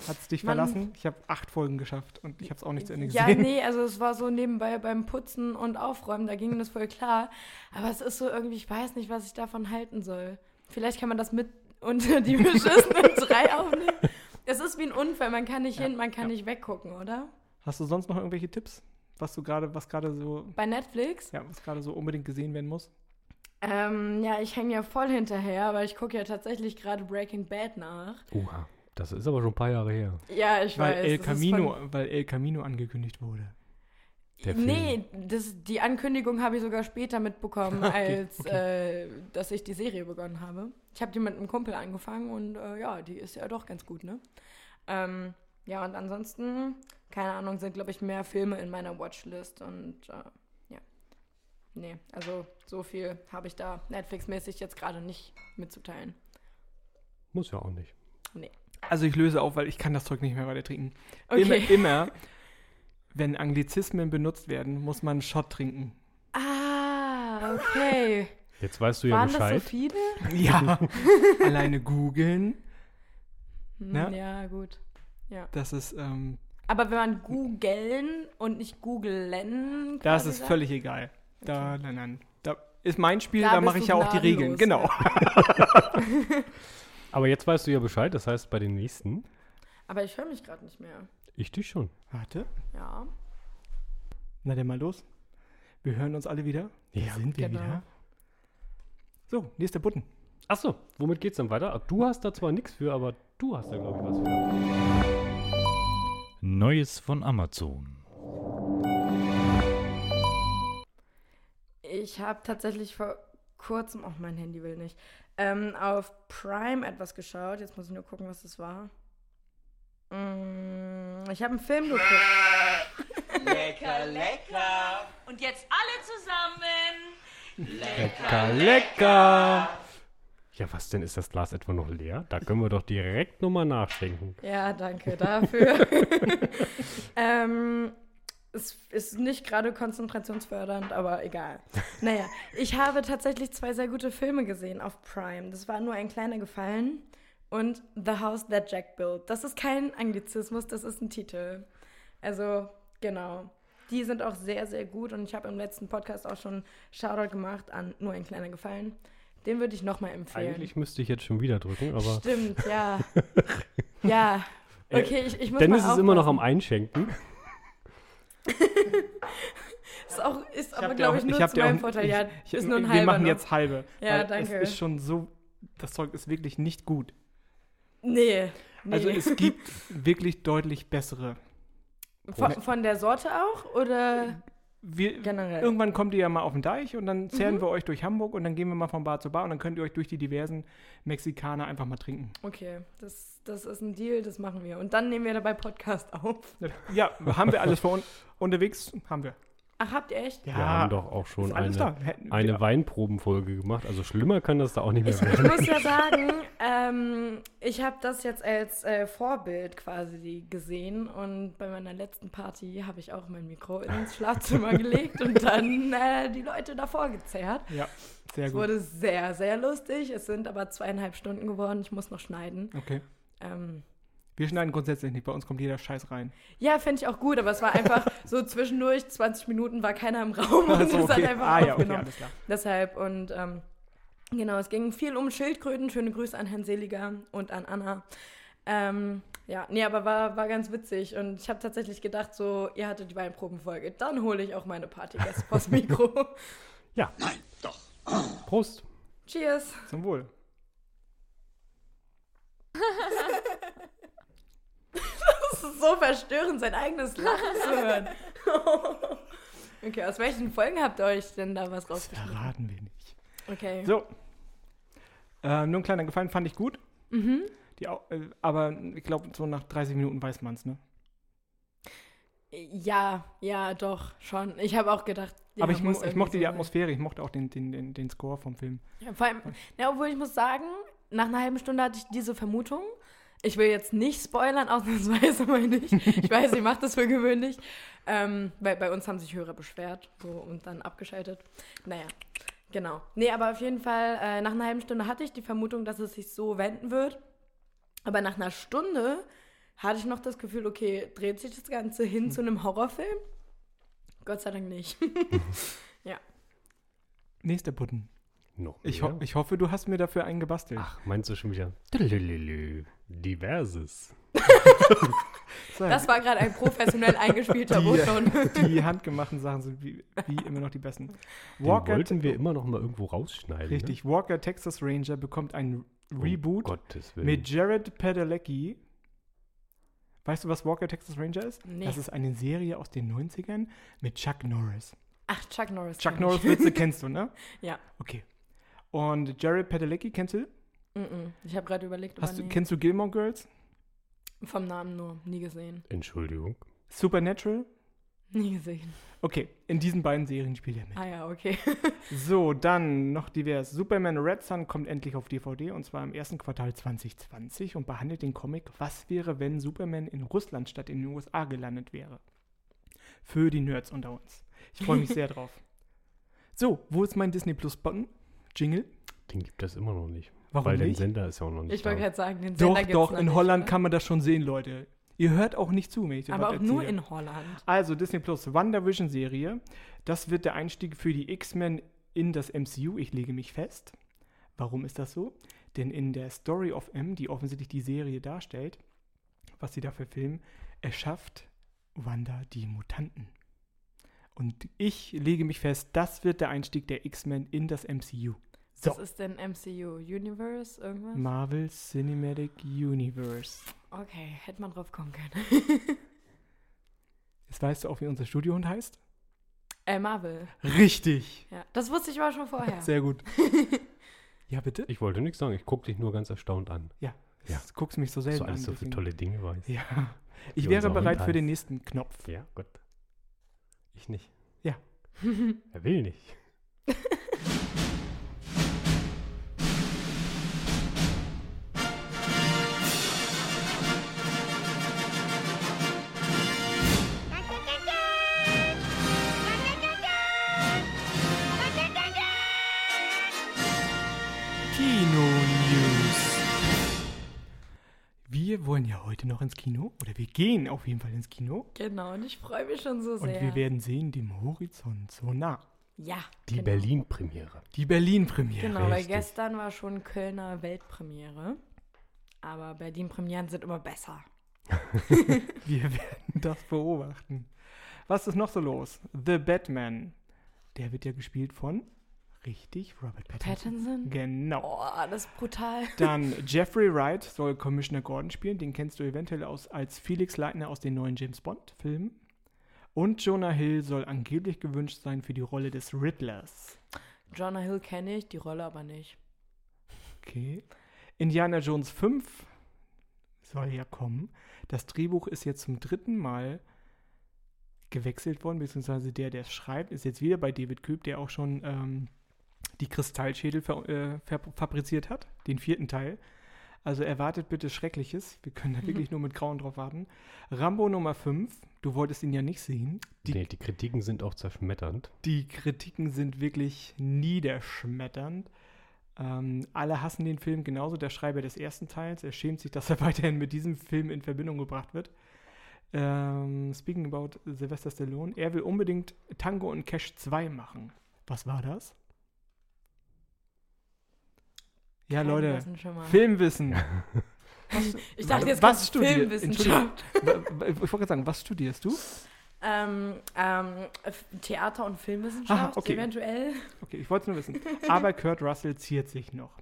S4: Hat es dich
S1: Man-
S4: verlassen? Ich habe acht Folgen geschafft und ich habe es auch nicht zu Ende
S1: Ja,
S4: gesehen.
S1: nee, also es war so nebenbei beim Putzen und Aufräumen, da ging das voll klar. Aber es ist so irgendwie, ich weiß nicht, was ich davon halten soll. Vielleicht kann man das mit unter
S4: (laughs)
S1: die beschissenen drei aufnehmen. Es ist wie ein Unfall, man kann nicht hin, man kann nicht weggucken, oder?
S4: Hast du sonst noch irgendwelche Tipps, was du gerade, was gerade so,
S1: Bei Netflix?
S4: ja, was gerade so unbedingt gesehen werden muss?
S1: Ähm, ja, ich hänge ja voll hinterher, aber ich gucke ja tatsächlich gerade Breaking Bad nach.
S3: Oha, das ist aber schon ein paar Jahre her.
S1: Ja, ich
S4: Weil
S1: weiß.
S4: El
S1: das ist
S4: Camino, weil El Camino angekündigt wurde.
S3: Der Film.
S1: nee, das, die Ankündigung habe ich sogar später mitbekommen,
S3: (laughs)
S4: Okay,
S1: als äh, dass ich die Serie begonnen habe. Ich habe die mit einem Kumpel angefangen und äh, ja, die ist ja doch ganz gut, ne? Ähm, ja, und ansonsten, keine Ahnung, sind, glaube ich, mehr Filme in meiner Watchlist und äh, ja. Nee, also so viel habe ich da Netflix-mäßig jetzt gerade nicht mitzuteilen.
S3: Muss ja auch nicht.
S4: Also ich löse auf, weil ich kann das Zeug nicht mehr weiter trinken.
S1: Okay.
S4: Immer, immer, wenn Anglizismen benutzt werden, muss man einen Shot trinken.
S1: Ah, okay.
S3: Jetzt weißt du ja
S1: Waren das so
S3: Bescheid.
S1: viele?
S4: Ja. (laughs) Alleine googeln,
S1: Hm,
S4: Ne?
S1: Ja, gut.
S4: das ist, ähm,
S1: Aber wenn man googeln und nicht googlen.
S4: das
S1: quasi
S4: ist
S1: sagt-
S4: völlig egal. Da, nein, nein. Da ist mein Spiel,
S1: Da
S4: da, mache
S1: bist
S4: ich
S1: du
S4: ja auch die
S1: gnadenlos,
S4: Regeln.
S1: ja.
S4: Genau.
S3: Aber jetzt weißt du ja Bescheid, das heißt bei den nächsten,
S1: Aber ich höre mich gerade nicht mehr.
S3: ich dich schon.
S4: (laughs) Warte.
S1: Ja.
S4: Na dann mal los. Wir hören uns alle wieder. Hier
S3: Ja,
S4: sind wir
S1: genau.
S4: wieder. So, nächster Button.
S3: Achso, womit geht's dann weiter? Ah, Du hast da zwar nichts für, aber du hast da, glaube ich, was für.
S2: Neues von Amazon.
S1: Ich habe tatsächlich vor kurzem, auch mein Handy will nicht, ähm, auf Prime etwas geschaut. Jetzt muss ich nur gucken, was das war. Mm, Ich habe einen Film geguckt.
S5: lecker, lecker,
S6: Und jetzt alle zusammen.
S5: lecker,
S3: Lecker! Ja, was denn? Ist das Glas etwa noch leer? Da können wir doch direkt nochmal nachschenken.
S1: Ja, danke dafür. ähm, es ist nicht gerade konzentrationsfördernd, aber egal. Naja, ich habe tatsächlich zwei sehr gute Filme gesehen auf Prime. Das war nur ein kleiner Gefallen. Und The House That Jack Built. Das ist kein Anglizismus, das ist ein Titel. Also, genau. Die sind auch sehr, sehr gut. Und ich habe im letzten Podcast auch schon Shoutout gemacht an Nur ein kleiner Gefallen. Den würde ich nochmal empfehlen.
S3: Eigentlich müsste ich jetzt schon wieder drücken, aber
S1: Stimmt,
S4: (laughs)
S1: ja. ja.
S4: Äh,
S1: Okay, ich, ich muss
S3: Dennis
S1: mal
S3: ist immer noch am
S1: aufpassen.
S3: Einschenken.
S1: Ist, auch, ist
S4: hab
S1: aber,
S4: dir
S1: glaube
S4: auch-
S1: ich, nur
S4: hab
S1: zu
S4: dir auch-
S1: meinem Vorteil. Ja,
S4: ich- (laughs)
S1: ist nur ein
S4: wir
S1: halber.
S4: machen
S1: noch.
S4: jetzt halbe.
S1: Ja,
S4: weil
S1: danke.
S4: Es ist schon so, das Zeug ist wirklich nicht gut.
S1: Nee. nee.
S4: Also es
S1: (laughs)
S4: gibt wirklich deutlich bessere.
S1: von, von der Sorte auch? Oder?
S4: Wir,
S1: Generell. Mhm.
S4: Irgendwann kommt ihr ja mal auf den Deich und dann zehren wir euch durch Hamburg und dann gehen wir mal von Bar zu Bar und dann könnt ihr euch durch die diversen Mexikaner einfach mal trinken.
S1: Okay, das, das ist ein Deal, das machen wir. Und dann nehmen wir dabei Podcast auf.
S4: Ja, haben wir alles vor un unterwegs? Haben wir.
S1: Ach, habt ihr echt?
S3: Wir haben doch auch schon
S4: ist alles
S3: eine,
S4: da. Hätten wir-
S3: eine Weinprobenfolge gemacht. Also schlimmer kann das da auch nicht mehr werden.
S1: Ich muss ja sagen, ähm, ich habe das jetzt als äh, Vorbild quasi gesehen und bei meiner letzten Party habe ich auch mein Mikro ins Schlafzimmer gelegt und dann äh, die Leute davor gezerrt.
S4: Ja, sehr
S1: Es
S4: gut.
S1: wurde sehr, sehr lustig. Es sind aber zweieinhalb Stunden geworden. Ich muss noch schneiden.
S4: Okay.
S1: Ähm,
S4: Wir schneiden grundsätzlich nicht, bei uns kommt jeder
S1: (laughs)
S4: Scheiß rein.
S1: ja, fände ich auch gut, aber es war
S4: (laughs)
S1: einfach so zwischendurch, 20 Minuten war keiner im Raum und
S4: Also,
S1: es hat einfach
S4: Ah ja, okay,
S1: aufgenommen.
S4: alles klar.
S1: Deshalb und ähm, genau, es ging viel um Schildkröten. Schöne Grüße an Herrn Seliger und an Anna. Ähm, ja, nee, aber war, war ganz witzig und ich habe tatsächlich gedacht, so, ihr hattet die Weinprobenfolge, dann hole ich auch meine Partygäste
S4: (laughs)
S1: vors Mikro.
S3: Prost!
S1: Cheers!
S4: Zum Wohl.
S1: Das ist so verstörend, sein eigenes Lachen zu hören. (laughs) okay, aus welchen Folgen habt ihr euch denn da was rausgeschrieben?
S4: Verraten wir nicht.
S1: Okay.
S4: So. Äh, nur ein kleiner Gefallen fand ich gut.
S1: Mhm.
S4: Die, Au- äh, aber ich glaube, so nach 30 Minuten weiß man es, ne?
S1: Ja, ja, doch, schon. Ich habe auch gedacht, ja,
S4: aber ich, mo
S1: muss
S4: ich
S1: irgendwie
S4: mochte
S1: so
S4: die
S1: sein.
S4: Atmosphäre, ich mochte auch den, den, den, den Score vom Film.
S1: Ja, vor allem, na, obwohl ich muss sagen, nach einer halben Stunde hatte ich diese Vermutung. Ich will jetzt nicht spoilern, (laughs) ausnahmsweise meine ich. Ich weiß, ihr macht das für gewöhnlich. Ähm, weil bei uns haben sich Hörer beschwert so, und dann abgeschaltet. Naja, genau. Nee, aber auf jeden Fall, äh, nach einer halben Stunde hatte ich die Vermutung, dass es sich so wenden wird. Aber nach einer Stunde hatte ich noch das Gefühl, okay, dreht sich das Ganze hin zu einem Horrorfilm? Gott sei Dank nicht. ja.
S4: Nächster Button.
S3: Noch
S4: Ich,
S3: mehr?
S4: ho ich hoffe, du hast mir dafür einen gebastelt.
S3: Ach, meinst du schon wieder? Tüdelülülü. Diverses.
S4: Sei.
S1: Das war gerade ein professionell eingespielter
S4: Die- äh,
S1: Botton.
S4: (laughs) die handgemachten Sachen sind wie, wie immer noch die besten.
S3: Den wollten wir immer noch mal irgendwo rausschneiden. Ne?
S4: Richtig, Walker Texas Ranger bekommt ein
S3: Um
S4: Reboot
S3: Gottes Willen.
S4: mit Jared Padalecki. Weißt du, was Walker Texas Ranger ist?
S1: Nee.
S4: Das ist eine Serie aus den 90ern mit Chuck Norris.
S1: Ach, Chuck Norris.
S4: Chuck
S1: kenn ich.
S4: Norris Witze kennst du, ne?
S1: Ja.
S4: Okay. Und Jared Padalecki kennst du?
S1: (laughs) Mm-mm. Ich habe gerade überlegt,
S4: Hast
S1: aber
S4: du
S1: nee.
S4: kennst du Gilmore Girls?
S1: vom Namen nur. Nie gesehen. (laughs)
S3: Entschuldigung.
S4: Supernatural?
S1: Nie gesehen.
S4: Okay, in diesen beiden Serien spielt er mit.
S1: Ah ja, okay. (laughs)
S4: So, dann noch divers. Superman Red Sun kommt endlich auf DVD und zwar im ersten Quartal 2020 und behandelt den Comic Was wäre, wenn Superman in Russland statt in den USA gelandet wäre? Für die Nerds unter uns.
S1: (laughs)
S4: Ich freue mich sehr drauf. So, wo ist mein Disney Plus Button? Jingle?
S3: Den gibt es immer noch nicht.
S4: Warum
S3: Weil der
S4: nicht?
S3: Sender ist ja auch noch nicht
S1: Ich wollte
S3: da.
S1: gerade sagen, den
S4: Doch,
S1: Sender gibt's
S4: doch,
S1: noch
S4: in
S1: nicht,
S4: Holland
S1: oder?
S4: kann man das schon sehen, Leute. Ihr hört auch nicht zu, wenn ich dir
S1: Aber
S4: was
S1: auch nur
S4: erzähle.
S1: in Holland.
S4: Also Disney Plus, WandaVision-Serie. Das wird der Einstieg für die X-Men in das MCU. Ich lege mich fest. Warum ist das so? Denn in der Story of M, die offensichtlich die Serie darstellt, was sie da für Film erschafft, Wanda die Mutanten. Und ich lege mich fest, das wird der Einstieg der X-Men in das MCU. So.
S1: Was ist denn MCU? Universe? Irgendwas?
S4: Marvel Cinematic Universe.
S1: Okay, hätte man drauf kommen können. (laughs)
S4: Jetzt weißt du auch, wie unser Studiohund heißt?
S1: äh, Marvel.
S4: Richtig.
S1: Ja, das wusste ich aber schon vorher.
S4: Sehr gut. Ah, (laughs) ja, bitte?
S3: Ich wollte nichts sagen. Ich gucke dich nur ganz erstaunt an.
S4: Ja.
S3: Ja.
S4: Das guckst mich so
S3: Dass
S4: selten
S3: du alles
S4: an.
S3: so
S4: deswegen-
S3: viele tolle Dinge
S4: (laughs)
S3: weißt.
S4: Ja. Ich
S3: Wie
S4: wäre
S3: unser Hund
S4: bereit für
S3: heißt.
S4: den nächsten Knopf.
S3: Ja, Gott. Ich nicht.
S4: Ja.
S3: Er will nicht.
S4: Kino News. Wir wollen ja heute noch ins Kino oder wir gehen auf jeden Fall ins Kino
S1: (laughs) Genau, und ich freue mich schon so
S4: und
S1: sehr.
S4: wir werden sehen dem Horizont so nah.
S1: ja,
S3: Die
S1: genau.
S3: Berlin-Premiere.
S4: Die Berlin Premiere.
S1: Genau, weil
S3: richtig.
S1: gestern war schon Kölner Weltpremiere. Aber Berlin-Premieren sind immer besser.
S4: Wir (laughs) werden das beobachten. Was ist noch so los? The Batman. Der wird ja gespielt von richtig Robert Pattinson.
S1: Pattinson?
S4: Genau.
S1: Oh, das ist brutal.
S4: Dann Jeffrey Wright soll Commissioner Gordon spielen. Den kennst du eventuell aus, als Felix Leitner aus den neuen James Bond-Filmen. Und Jonah Hill soll angeblich gewünscht sein für die Rolle des Riddlers.
S1: Jonah Hill kenne ich, die Rolle aber nicht.
S4: Okay. Indiana Jones 5 soll ja kommen. Das Drehbuch ist jetzt zum dritten Mal gewechselt worden, beziehungsweise der, der es schreibt, ist jetzt wieder bei David Küb, der auch schon ähm, die Kristallschädel ver äh, ver fabriziert hat, den vierten Teil. Also erwartet bitte Schreckliches. Wir können da wirklich nur mit Grauen drauf warten. Rambo Nummer 5, du wolltest ihn ja nicht sehen. Die,
S3: nee, die Kritiken sind auch zerschmetternd.
S4: die Kritiken sind wirklich niederschmetternd. Ähm, alle hassen den Film genauso. Der Schreiber des ersten Teils, er schämt sich, dass er (laughs) weiterhin mit diesem Film in Verbindung gebracht wird. Ähm, speaking about Sylvester Stallone, er will unbedingt Tango und Cash 2 machen. Was war das? Ja,
S1: Keine
S4: Leute,
S1: Wissen schon mal.
S4: Filmwissen. (laughs)
S1: ich dachte, jetzt
S4: was
S1: kommt
S4: studiert-
S1: Filmwissenschaft.
S4: Wa- wa- ich wollte gerade sagen, was studierst du?
S1: Ähm, ähm, F- Theater- und Filmwissenschaft
S4: Ah, okay.
S1: eventuell.
S4: Okay, ich wollte es nur wissen. Aber Kurt Russell ziert sich noch.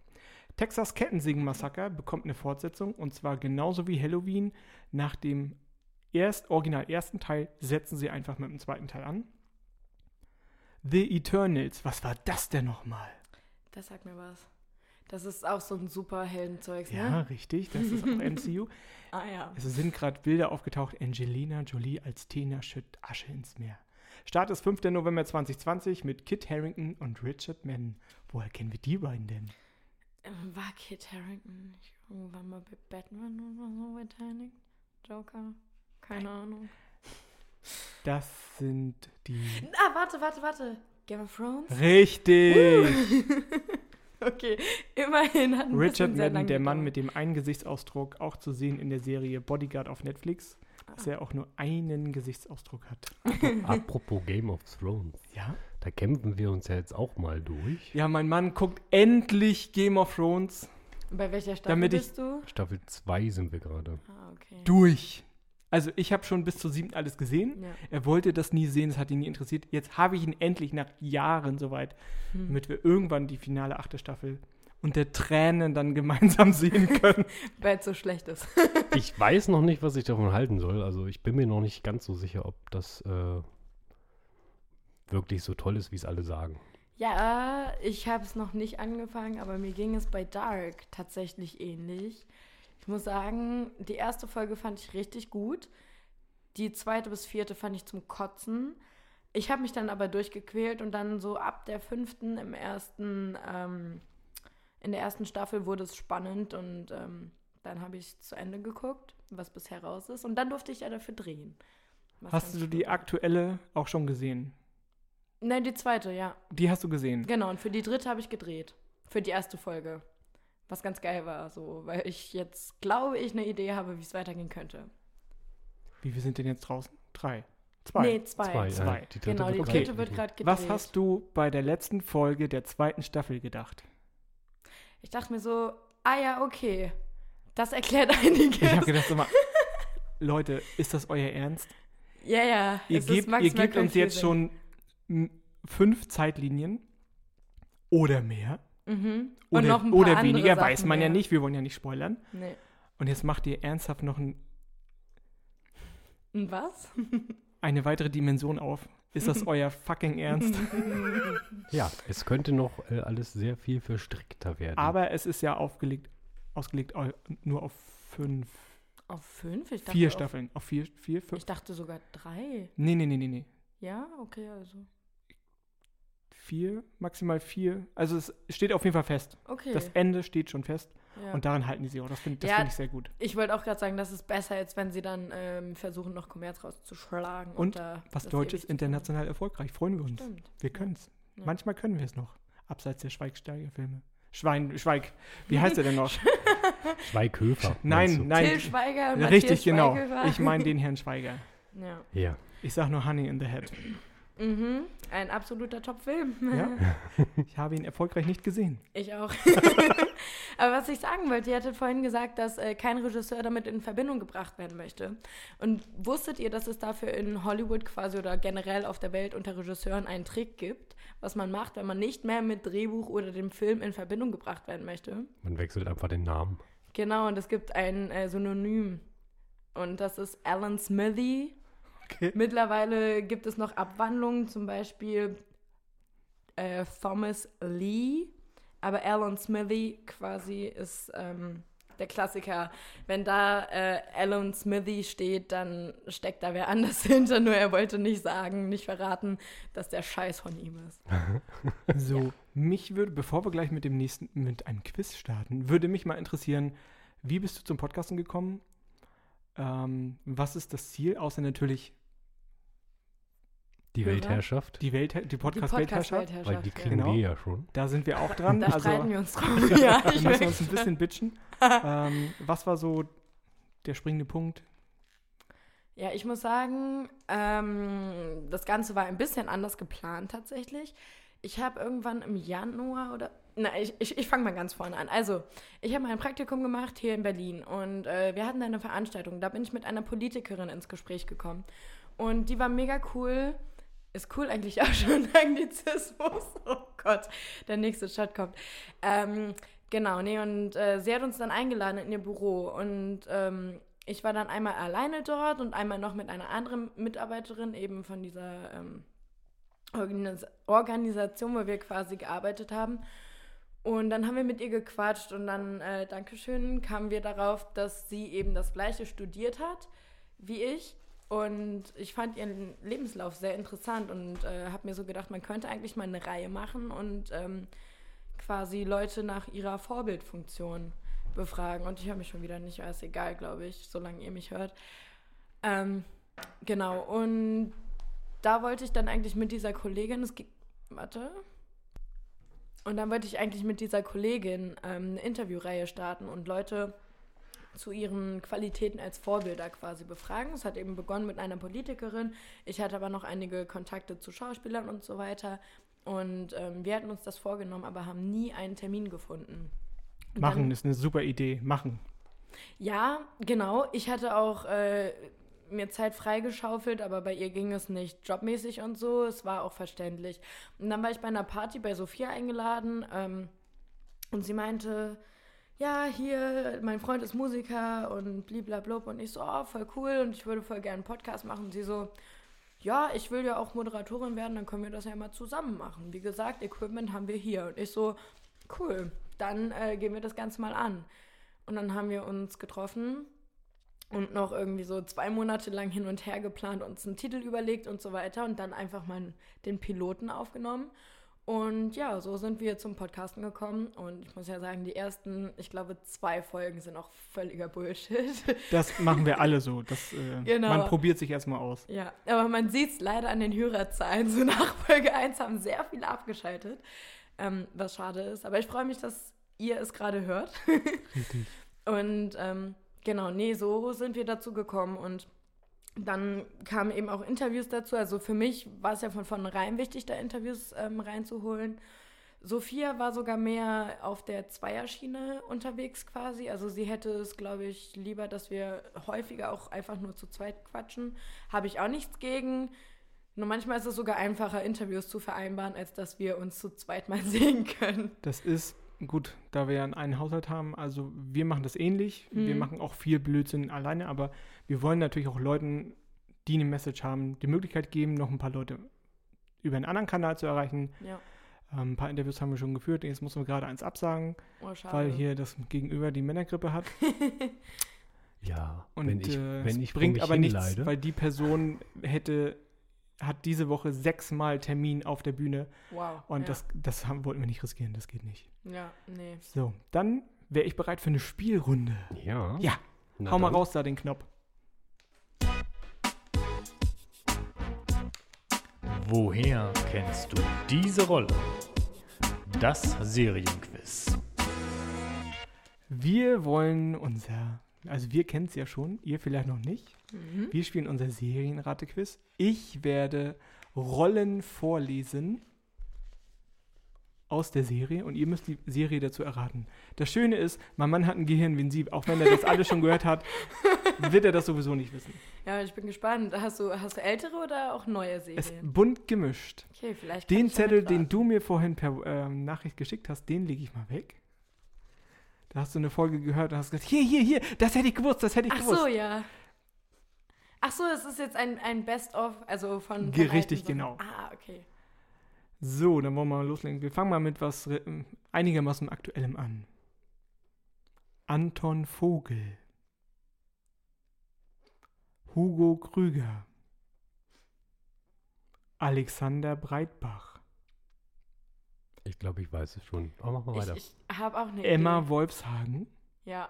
S4: Texas Kettensägen-Massaker bekommt eine Fortsetzung und zwar genauso wie Halloween. Nach dem erst, original ersten Teil setzen sie einfach mit dem zweiten Teil an. The Eternals, was war das denn nochmal?
S1: Das sagt mir was. Das ist auch so ein Superheldenzeugs,
S4: Ja,
S1: ne?
S4: richtig, das ist auch MCU.
S1: Ah ja.
S4: Es Also sind gerade Bilder aufgetaucht. Angelina Jolie als Tina schütt Asche ins Meer. Start ist 5. November 2020 mit Kit Harrington und Richard Madden. Woher kennen wir die beiden denn?
S1: Ähm, War War Kit Harrington nicht irgendwann mal bei Batman oder so beteiligt? Joker? Keine Ahnung.
S4: Das sind die.
S1: Ah, warte, warte, warte. Game of
S4: (laughs)
S1: Thrones? Uh,
S4: Richtig!
S1: okay, immerhin hat ein
S4: Richard
S1: bisschen sehr
S4: Madden,
S1: lang
S4: der
S1: gedauert.
S4: Mann mit dem einen Gesichtsausdruck, auch zu sehen in der Serie Bodyguard auf Netflix,
S1: Ah.
S4: dass er auch nur einen Gesichtsausdruck hat.
S3: Apropos Game of Thrones.
S4: Ja?
S3: Da kämpfen wir uns ja jetzt auch mal durch.
S4: Ja, mein Mann guckt endlich Game of Thrones
S1: Bei welcher Staffel
S4: Damit ich-
S1: bist du?
S3: Staffel 2 sind wir gerade.
S1: Ah, okay.
S4: durch. Also ich habe schon bis zur siebten alles gesehen.
S1: Ja.
S4: Er wollte das nie sehen, es hat ihn nie interessiert. Jetzt habe ich ihn endlich nach Jahren soweit,
S1: Hm.
S4: damit wir irgendwann die finale achte Staffel unter Tränen dann (laughs) gemeinsam sehen können.
S1: Weil es so schlecht ist. (laughs)
S3: Ich weiß noch nicht, was ich davon halten soll. Also ich bin mir noch nicht ganz so sicher, ob das äh, wirklich so toll ist, wie es alle sagen.
S1: Ja, ich habe es noch nicht angefangen, aber mir ging es bei Dark tatsächlich ähnlich. Ich muss sagen, die erste Folge fand ich richtig gut. Die zweite bis vierte fand ich zum Kotzen. Ich habe mich dann aber durchgequält und dann so ab der fünften im ersten, ähm, in der ersten Staffel wurde es spannend und ähm, dann habe ich zu Ende geguckt, was bisher raus ist. Und dann durfte ich ja dafür drehen. Was
S4: Hast
S1: ganz
S4: du
S1: cool
S4: die
S1: war.
S4: aktuelle auch schon gesehen?
S1: Nein, die zweite, ja.
S4: Die hast du gesehen.
S1: Genau, und für die dritte habe ich gedreht. Für die erste Folge. Was ganz geil war, so, weil ich jetzt, glaube ich, eine Idee habe, wie es weitergehen könnte.
S4: Wie wir sind denn jetzt draußen? Drei. Zwei.
S1: Nee, zwei.
S3: Zwei.
S4: Zwei.
S3: Äh, die dritte
S1: Genau, die
S3: wird
S1: dritte
S4: Okay.
S3: gerade
S1: wird gerade gedreht.
S4: Was hast du bei der letzten Folge der zweiten
S1: (laughs)
S4: Staffel gedacht?
S1: Ich dachte mir so, ah ja, okay. Das erklärt (laughs) einiges.
S4: Ich habe gedacht, sag mal, Leute, ist das euer Ernst?
S1: ja, ja.
S4: Ihr
S1: es ist
S4: gebt,
S1: Max
S4: ihr gebt uns jetzt
S1: Merkel-Schüling.
S4: schon m, fünf Zeitlinien oder mehr.
S1: Mhm.
S4: Oder,
S1: und noch ein paar
S4: oder
S1: andere
S4: weniger,
S1: Sachen
S4: weiß man ja
S1: mehr.
S4: nicht. Wir wollen ja nicht spoilern.
S1: Nee.
S4: Und jetzt macht ihr ernsthaft noch ein,
S1: Und Hm,
S4: (laughs)
S1: was?
S4: eine weitere Dimension auf. Ist
S1: (laughs)
S4: das euer fucking Ernst?
S3: Ja, es könnte noch äh, alles sehr viel verstrickter werden.
S4: Aber es ist ja aufgelegt, ausgelegt au- nur auf fünf,
S1: Auf fünf? Ich dachte
S4: vier
S1: auf,
S4: Staffeln. Auf vier, vier, fünf.
S1: Ich dachte sogar drei.
S4: Nee, nee, nee, nee, nee.
S1: Ja, okay, also.
S4: Vier, maximal vier. Also es steht auf jeden Fall fest.
S1: Okay.
S4: Das Ende steht schon fest.
S1: ja.
S4: Und daran halten die sich auch. Das finde das
S1: Ja.
S4: find ich sehr gut.
S1: Ich wollte auch gerade sagen, das ist besser, als wenn sie dann ähm, versuchen, noch Kommerz rauszuschlagen.
S4: Und
S1: da
S4: was
S1: das
S4: Deutsches
S1: ewig zu
S4: international erfolgreich. Freuen wir uns.
S1: machen. Stimmt.
S4: Wir können es.
S1: Ja.
S4: Manchmal können wir es noch. Abseits der Schweigsteiger-Filme. Schwein, Schweig.
S1: (laughs)
S4: Wie heißt er denn noch?
S3: Schweighöfer.
S4: nein,
S3: meinst
S4: (laughs)
S3: du?
S4: nein.
S1: Till Schweiger und
S4: Richtig,
S1: Matthias
S4: genau.
S1: Schweighöfer.
S4: Ich meine den Herrn Schweiger.
S1: (laughs) Ja.
S3: Ja.
S4: Ich sag nur Honey in the Head.
S1: Mhm. Ein absoluter Top-Film. (laughs)
S4: Ja? Ich habe ihn erfolgreich nicht gesehen.
S1: Ich
S4: (laughs)
S1: auch. (laughs) Aber was ich sagen wollte, ihr hattet vorhin gesagt, dass äh, kein Regisseur damit in Verbindung gebracht werden möchte. Und wusstet ihr, dass es dafür in Hollywood quasi oder generell auf der Welt unter Regisseuren einen Trick gibt, was man macht, wenn man nicht mehr mit Drehbuch oder dem Film in Verbindung gebracht werden möchte?
S3: Man wechselt einfach den Namen.
S1: Genau, und es gibt ein äh, Synonym. Und das ist Alan Smithy.
S4: Okay.
S1: Mittlerweile gibt es noch Abwandlungen, zum Beispiel äh, Thomas Lee. Aber Alan Smithy quasi ist ähm, der Klassiker. Wenn da äh, Alan Smithy steht, dann steckt da wer anders (laughs) hinter. Nur er wollte nicht sagen, nicht verraten, dass der Scheiß von ihm ist.
S4: So, mich würde, bevor wir gleich mit dem nächsten, mit einem Quiz starten, würde mich mal interessieren, wie bist du zum Podcasten gekommen? Ähm, was ist das Ziel? Außer natürlich
S3: Die
S1: Hörer?
S3: Weltherrschaft.
S4: die Welt, die Podcast-Weltherrschaft.
S3: weil die kriegen
S4: Genau.
S3: wir ja schon.
S4: da sind wir
S1: (laughs)
S4: auch dran.
S1: Da
S4: also,
S1: streiten
S4: (laughs)
S1: wir uns drauf. (laughs) ja,
S4: Wir
S1: ich
S4: müssen uns
S1: möchte.
S4: ein
S1: (laughs)
S4: bisschen bitchen. ähm, was war so der springende Punkt?
S1: Ja, ich muss sagen, ähm, das Ganze war ein bisschen anders geplant tatsächlich. Ich habe irgendwann im Januar oder. Na, ich, ich, ich fange mal ganz vorne an. Also, ich habe mein Praktikum gemacht hier in Berlin und äh, wir hatten da eine Veranstaltung. Da bin ich mit einer Politikerin ins Gespräch gekommen. Und die war mega cool. Ist cool eigentlich auch schon (laughs) Anglizismus. Oh Gott, der nächste Shot kommt. Ähm, genau, nee, und äh, sie hat uns dann eingeladen in ihr Büro. Und ähm, ich war dann einmal alleine dort und einmal noch mit einer anderen Mitarbeiterin eben von dieser ähm, Organis Organisation, wo wir quasi gearbeitet haben. Und dann haben wir mit ihr gequatscht und dann, äh, Dankeschön, kamen wir darauf, dass sie eben das gleiche studiert hat wie ich. Und ich fand ihren Lebenslauf sehr interessant und äh, habe mir so gedacht, man könnte eigentlich mal eine Reihe machen und ähm, quasi Leute nach ihrer Vorbildfunktion befragen. Und ich höre mich schon wieder nicht, aber ist egal, glaube ich, solange ihr mich hört. Ähm, genau, und da wollte ich dann eigentlich mit dieser Kollegin, es ging, warte. Und dann wollte ich eigentlich mit dieser Kollegin ähm, eine Interviewreihe starten und Leute zu ihren Qualitäten als Vorbilder quasi befragen. Es hat eben begonnen mit einer Politikerin. Ich hatte aber noch einige Kontakte zu Schauspielern und so weiter. Und ähm, wir hatten uns das vorgenommen, aber haben nie einen Termin gefunden. Und
S4: Machen
S1: dann-
S4: ist eine super Idee. Machen.
S1: ja, genau. Ich hatte auch äh, mir Zeit freigeschaufelt, aber bei ihr ging es nicht jobmäßig und so. Es war auch verständlich. Und dann war ich bei einer Party bei Sophia eingeladen ähm, und sie meinte, ja, hier, mein Freund ist Musiker und bliblablub. Und ich so, oh, voll cool und ich würde voll gerne einen Podcast machen. Und sie so, ja, ich will ja auch Moderatorin werden, dann können wir das ja mal zusammen machen. Wie gesagt, Equipment haben wir hier. Und ich so, cool, dann äh, gehen wir das Ganze mal an. Und dann haben wir uns getroffen und noch irgendwie so zwei Monate lang hin und her geplant, uns einen Titel überlegt und so weiter und dann einfach mal den Piloten aufgenommen. Und ja, so sind wir zum Podcasten gekommen und ich muss ja sagen, die ersten, ich glaube, zwei Folgen sind auch völliger Bullshit.
S4: Das machen wir alle so. Das, äh,
S1: Genau.
S4: Man probiert sich erstmal aus.
S1: Ja, aber man sieht es leider an den Hörerzahlen. So nach Folge 1 haben sehr viele abgeschaltet, ähm, was schade ist. Aber ich freue mich, dass ihr es gerade hört. (laughs) und ähm, genau, nee, so sind wir dazu gekommen und dann kamen eben auch Interviews dazu. Also für mich war es ja von vornherein wichtig, da Interviews ähm, reinzuholen. Sophia war sogar mehr auf der Zweierschiene unterwegs quasi. Also sie hätte es, glaube ich, lieber, dass wir häufiger auch einfach nur zu zweit quatschen. Habe ich auch nichts gegen. Nur manchmal ist es sogar einfacher, Interviews zu vereinbaren, als dass wir uns zu zweit mal (laughs) sehen können.
S4: Das ist gut, da wir ja einen Haushalt haben. Also wir machen das ähnlich. Wir
S1: Mhm.
S4: machen auch viel Blödsinn alleine, aber wir wollen natürlich auch Leuten, die eine Message haben, die Möglichkeit geben, noch ein paar Leute über einen anderen Kanal zu erreichen.
S1: Ja,
S4: Ähm, ein paar Interviews haben wir schon geführt. Jetzt mussten wir gerade eins absagen,
S1: oh, schade.
S4: weil hier das Gegenüber die Männergrippe hat.
S3: Ja,
S4: Und
S3: wenn ich,
S4: äh,
S3: wenn
S4: es
S3: ich
S4: bringt
S3: vor mich
S4: aber nichts,
S3: hinleide.
S4: weil die Person hätte hat diese Woche sechsmal Termin auf der Bühne
S1: (laughs) wow.
S4: und
S1: ja.
S4: das, das haben, wollten wir nicht riskieren, das geht nicht.
S1: Ja, nee.
S4: So, dann wäre ich bereit für eine Spielrunde.
S3: ja.
S4: Ja,
S3: Hm? na
S4: hau mal
S3: dann.
S4: raus da den Knopf.
S2: Woher kennst du diese Rolle? Das Serienquiz.
S4: Wir wollen unser, also wir kennen es ja schon, ihr vielleicht noch nicht. Wir spielen unser Serienrate-Quiz. Ich werde Rollen vorlesen aus der Serie und ihr müsst die Serie dazu erraten. Das Schöne ist, mein Mann hat ein Gehirn wie ein Sieb. Auch wenn er das alles schon gehört hat, wird er das sowieso nicht wissen.
S1: Ja, ich bin gespannt. Hast du, hast du ältere oder auch neue
S4: Es ist
S1: Serien?
S4: bunt gemischt.
S1: Okay, vielleicht. kann
S4: Den
S1: ich ja
S4: Zettel,
S1: mitraten.
S4: den du mir vorhin per ähm, Nachricht geschickt hast, den lege ich mal weg. Da hast du eine Folge gehört und hast gesagt, hier, hier, hier, das hätte ich gewusst, das hätte ich
S1: Ach
S4: gewusst.
S1: so, ja. Ach so, es ist jetzt ein, ein Best-of, also von. von
S4: Ge- richtig,
S1: alten Sachen.
S4: genau.
S1: Ah, okay.
S4: So, dann wollen wir mal loslegen. Wir fangen mal mit was re- ähm, einigermaßen Aktuellem an. Anton Vogel. Hugo Krüger. Alexander Breitbach.
S3: Ich glaube, ich weiß es schon. Aber mach mal
S1: Ich,
S3: Oh, weiter.
S1: ich habe auch eine
S4: Emma
S1: Idee.
S4: Wolfshagen.
S1: Ja.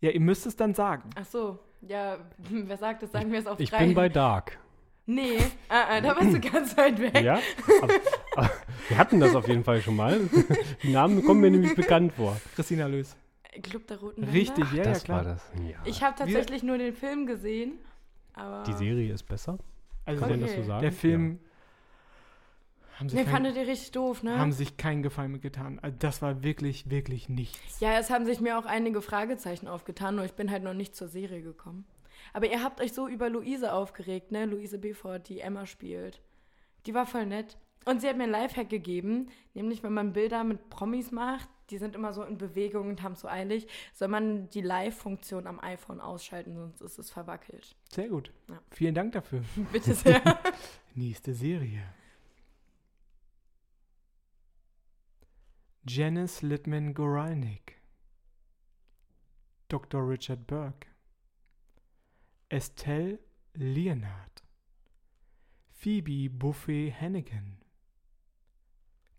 S4: Ja, ihr müsst es dann sagen.
S1: Ach so, ja, (laughs) wer sagt es, sagen wir es auf
S3: ich
S1: drei.
S3: bin bei Dark.
S1: Nee, ah, ah, da warst
S3: (clears throat)
S1: du ganz weit weg.
S3: Ja? Aber, aber, wir hatten das auf jeden Fall
S4: (laughs)
S3: schon mal. Die Namen kommen mir nämlich bekannt vor.
S4: Christina Lös.
S1: Club der Roten Wälder?
S4: Richtig, ja, ja,
S3: das war
S4: klar.
S3: das. Ja.
S1: Ich habe tatsächlich nur den Film gesehen, aber...
S3: Die Serie ist besser.
S4: Also
S3: Kann man
S4: der,
S3: das so
S1: Okay.
S3: sagen?
S4: der Film. Haben sie,
S1: Nee,
S4: keinen-
S1: fandet ihr richtig doof, ne?
S4: haben sich keinen Gefallen mit getan. Also das war wirklich, wirklich nichts.
S1: ja, es haben sich mir auch einige Fragezeichen aufgetan, nur ich bin halt noch nicht zur Serie gekommen. Aber ihr habt euch so über Luise aufgeregt, ne? Luise Beford, die Emma spielt. Die war voll nett. Und sie hat mir einen Lifehack gegeben, nämlich wenn man Bilder mit Promis macht, die sind immer so in Bewegung und haben so eilig, soll man die Live-Funktion am iPhone ausschalten, sonst ist es verwackelt. (laughs)
S4: Sehr gut.
S1: Ja.
S4: Vielen Dank dafür.
S1: Bitte sehr.
S4: Nächste Serie. Janice Littman Goralnik. Dr. Richard Burke. Estelle Leonard. Phoebe Buffet Hannigan.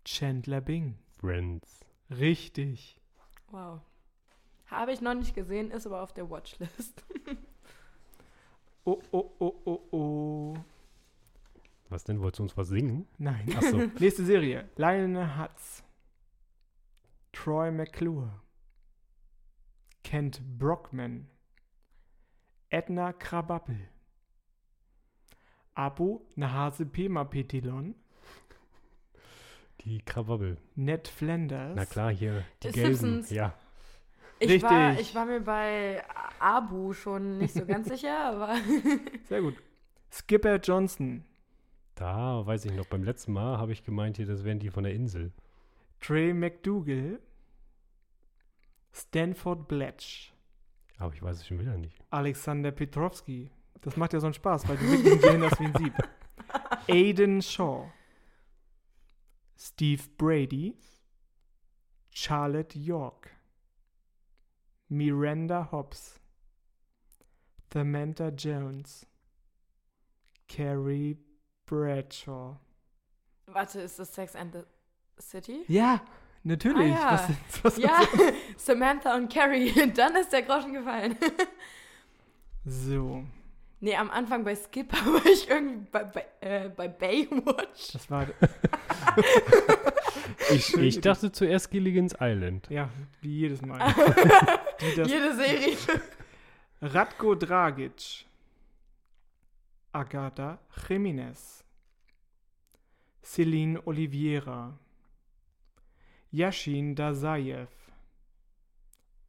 S4: Chandler Bing.
S3: Friends.
S4: Richtig.
S1: Wow. Habe ich noch nicht gesehen, ist aber auf der Watchlist.
S4: Oh, oh, oh, oh, oh.
S3: Was denn? Wolltest du uns was singen?
S4: Nein.
S3: Achso.
S4: (laughs) Nächste Serie. Lionel Hutz. Troy McClure. Kent Brockman. Edna Krabappel. Abu Nahase Pema Petilon.
S3: Die Krawabbel.
S4: Ned Flanders.
S3: Na klar, hier. Die
S1: Die
S3: Gelben.
S1: Simpsons.
S3: Ja.
S1: Ich War,
S4: Richtig.
S1: ich war mir bei Abu schon nicht so ganz sicher, aber
S4: Sehr gut. Skipper Johnson.
S3: Da weiß ich noch, beim letzten Mal habe ich gemeint, hier, das wären die von der Insel.
S4: Trey McDougal. Stanford Bletch.
S3: Aber ich weiß es schon wieder nicht.
S4: Alexander Petrovsky. Das macht ja so einen Spaß, weil du wirklich im Gehirn hast wie ein
S1: (laughs)
S4: Sieb. Aiden Shaw. Steve Brady. Charlotte York. Miranda Hobbs. Samantha Jones. Carrie Bradshaw.
S1: warte, ist das Sex and the City?
S4: Ja, natürlich.
S1: Ah, ja.
S4: Was ist, was
S1: Ja, (laughs)
S4: ist?
S1: Samantha und Carrie, (laughs) dann ist der Groschen gefallen. (laughs)
S4: So,
S1: Nee, am Anfang bei Skipper (laughs) war ich irgendwie bei, bei, äh, bei Baywatch.
S4: das war
S3: (laughs) Ich, ich (laughs) dachte zuerst Gilligan's Island.
S4: ja wie jedes Mal. Die das
S1: (laughs) Jede
S3: (laughs)
S1: Serie.
S4: Ratko Dragic. Agatha Jimenez. Celine Oliveira. Yashin Dazayev.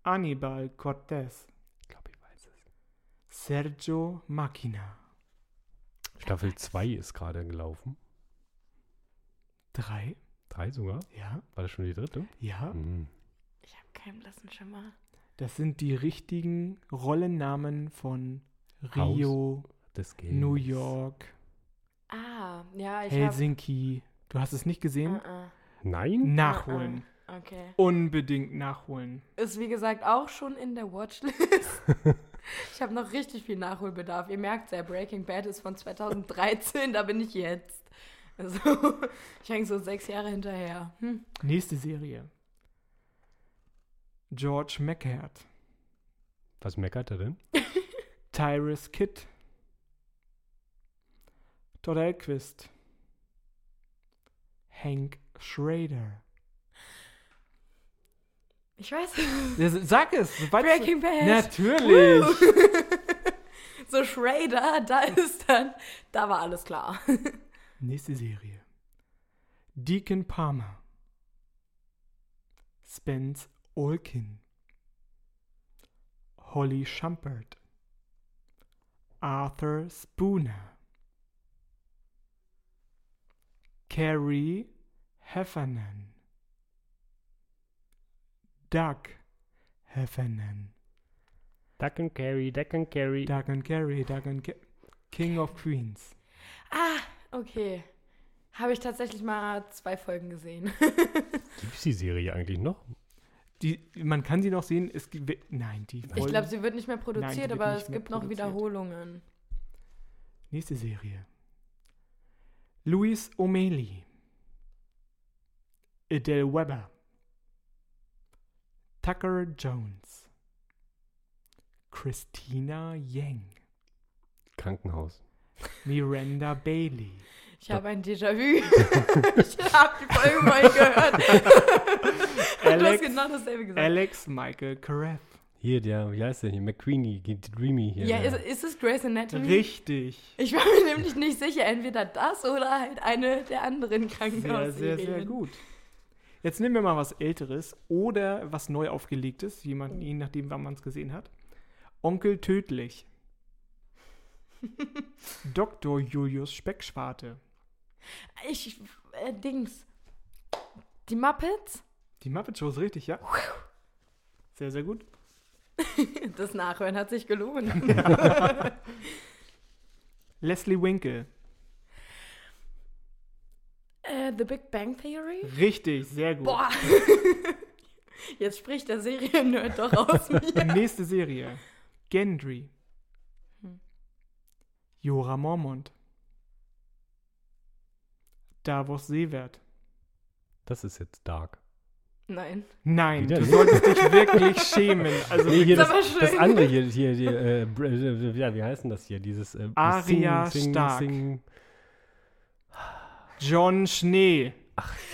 S4: Anibal Cortez.
S3: Ich glaube, ich weiß es.
S4: Sergio Macchina.
S3: Staffel 2 ist gerade gelaufen.
S4: Drei?
S3: Drei sogar.
S4: Ja,
S3: War das schon die dritte?
S4: ja.
S3: Mhm.
S1: Ich habe keinen blassen Schimmer.
S4: Das sind die richtigen Rollennamen von
S3: Haus
S4: Rio,
S3: Das geht.
S4: New York,
S1: Ah, ja, ich habe...
S4: Helsinki. Du hast es nicht
S1: Uh
S4: gesehen?
S1: -uh.
S3: Nein?
S4: Nachholen.
S1: ah, Okay.
S4: Unbedingt nachholen.
S1: Ist wie gesagt auch schon in der (laughs) Watchlist. ich habe noch richtig viel Nachholbedarf. Ihr merkt ja, Breaking Bad ist von 2013, da bin ich jetzt. Also, (laughs) ich hänge so sechs Jahre hinterher. Hm.
S4: Nächste Serie. George Meckert,
S3: Was meckert er denn?
S4: Tyrus Kidd, Todd Elquist, Hank Schrader.
S1: (laughs) Ich weiß.
S4: Ja, s- Sag es! sobald-
S1: Breaking Bad.
S4: Natürlich!
S1: (laughs) so Schrader, da ist dann, da war alles klar.
S4: Nächste Serie. Deacon Palmer. Spence Olkin. Holly Schumpert. Arthur Spooner. Carrie Heffernan. Doug Heffernan.
S3: Duck and Carry, Duck and Carry.
S4: Doug und Carrie, Doug und Ca King of Queens.
S1: Ah, okay. Habe ich tatsächlich mal zwei Folgen gesehen. (laughs)
S3: Gibt's die Serie eigentlich noch?
S4: Die, man kann sie noch sehen. Es gibt, nein, die
S1: Ich
S4: Folgen-
S1: glaube, sie wird nicht mehr produziert,
S4: wird
S1: aber
S4: nicht
S1: es
S4: mehr
S1: gibt noch
S4: produziert.
S1: Wiederholungen.
S4: Nächste Serie. Louis O'Malley. Adele Weber. Tucker Jones. Christina Yang.
S3: Krankenhaus.
S4: Miranda Bailey.
S1: Ich habe ein Déjà-vu. (laughs) ich habe die Folge mal gehört. (laughs) du hast
S4: Alex-
S1: genau dasselbe gesagt.
S4: Alex Michael Careth.
S3: Hier, der, wie heißt der hier? McQueenie, Dreamy hier.
S1: ja,
S3: der.
S1: ist, ist es Grey's Anatomy?
S4: Richtig.
S1: Ich war mir nämlich nicht sicher, entweder das oder halt eine der anderen
S4: Sehr,
S1: Krankenhausserien.
S4: sehr, sehr gut. Jetzt nehmen wir mal was Älteres oder was neu aufgelegtes, jemand, je nachdem, wann man es gesehen hat. Onkel Tödlich. Dr. Julius Speckschwarte.
S1: Ich, äh, Dings. Die Muppets?
S4: Die Muppet Show ist richtig, ja? Sehr, sehr gut.
S1: Das Nachhören hat sich gelohnt.
S4: Leslie Winkle.
S1: äh, The Big Bang Theory?
S4: Richtig, sehr gut.
S1: Boah. (laughs) Jetzt spricht der Serien-Nerd doch aus mir.
S4: (laughs) Nächste Serie. Gendry. Jora Mormont. Davos Seewert.
S3: Das ist jetzt Dark.
S1: Nein.
S4: Nein,
S3: Wieder
S4: du
S3: nicht?
S4: solltest dich wirklich
S3: (laughs)
S4: schämen. Also
S3: Nee,
S1: Ist
S3: hier das,
S1: aber schön.
S3: das andere hier, hier, hier äh, Br- äh, ja, wie heißt denn das hier? Dieses äh,
S4: Aria Stark. John Schnee,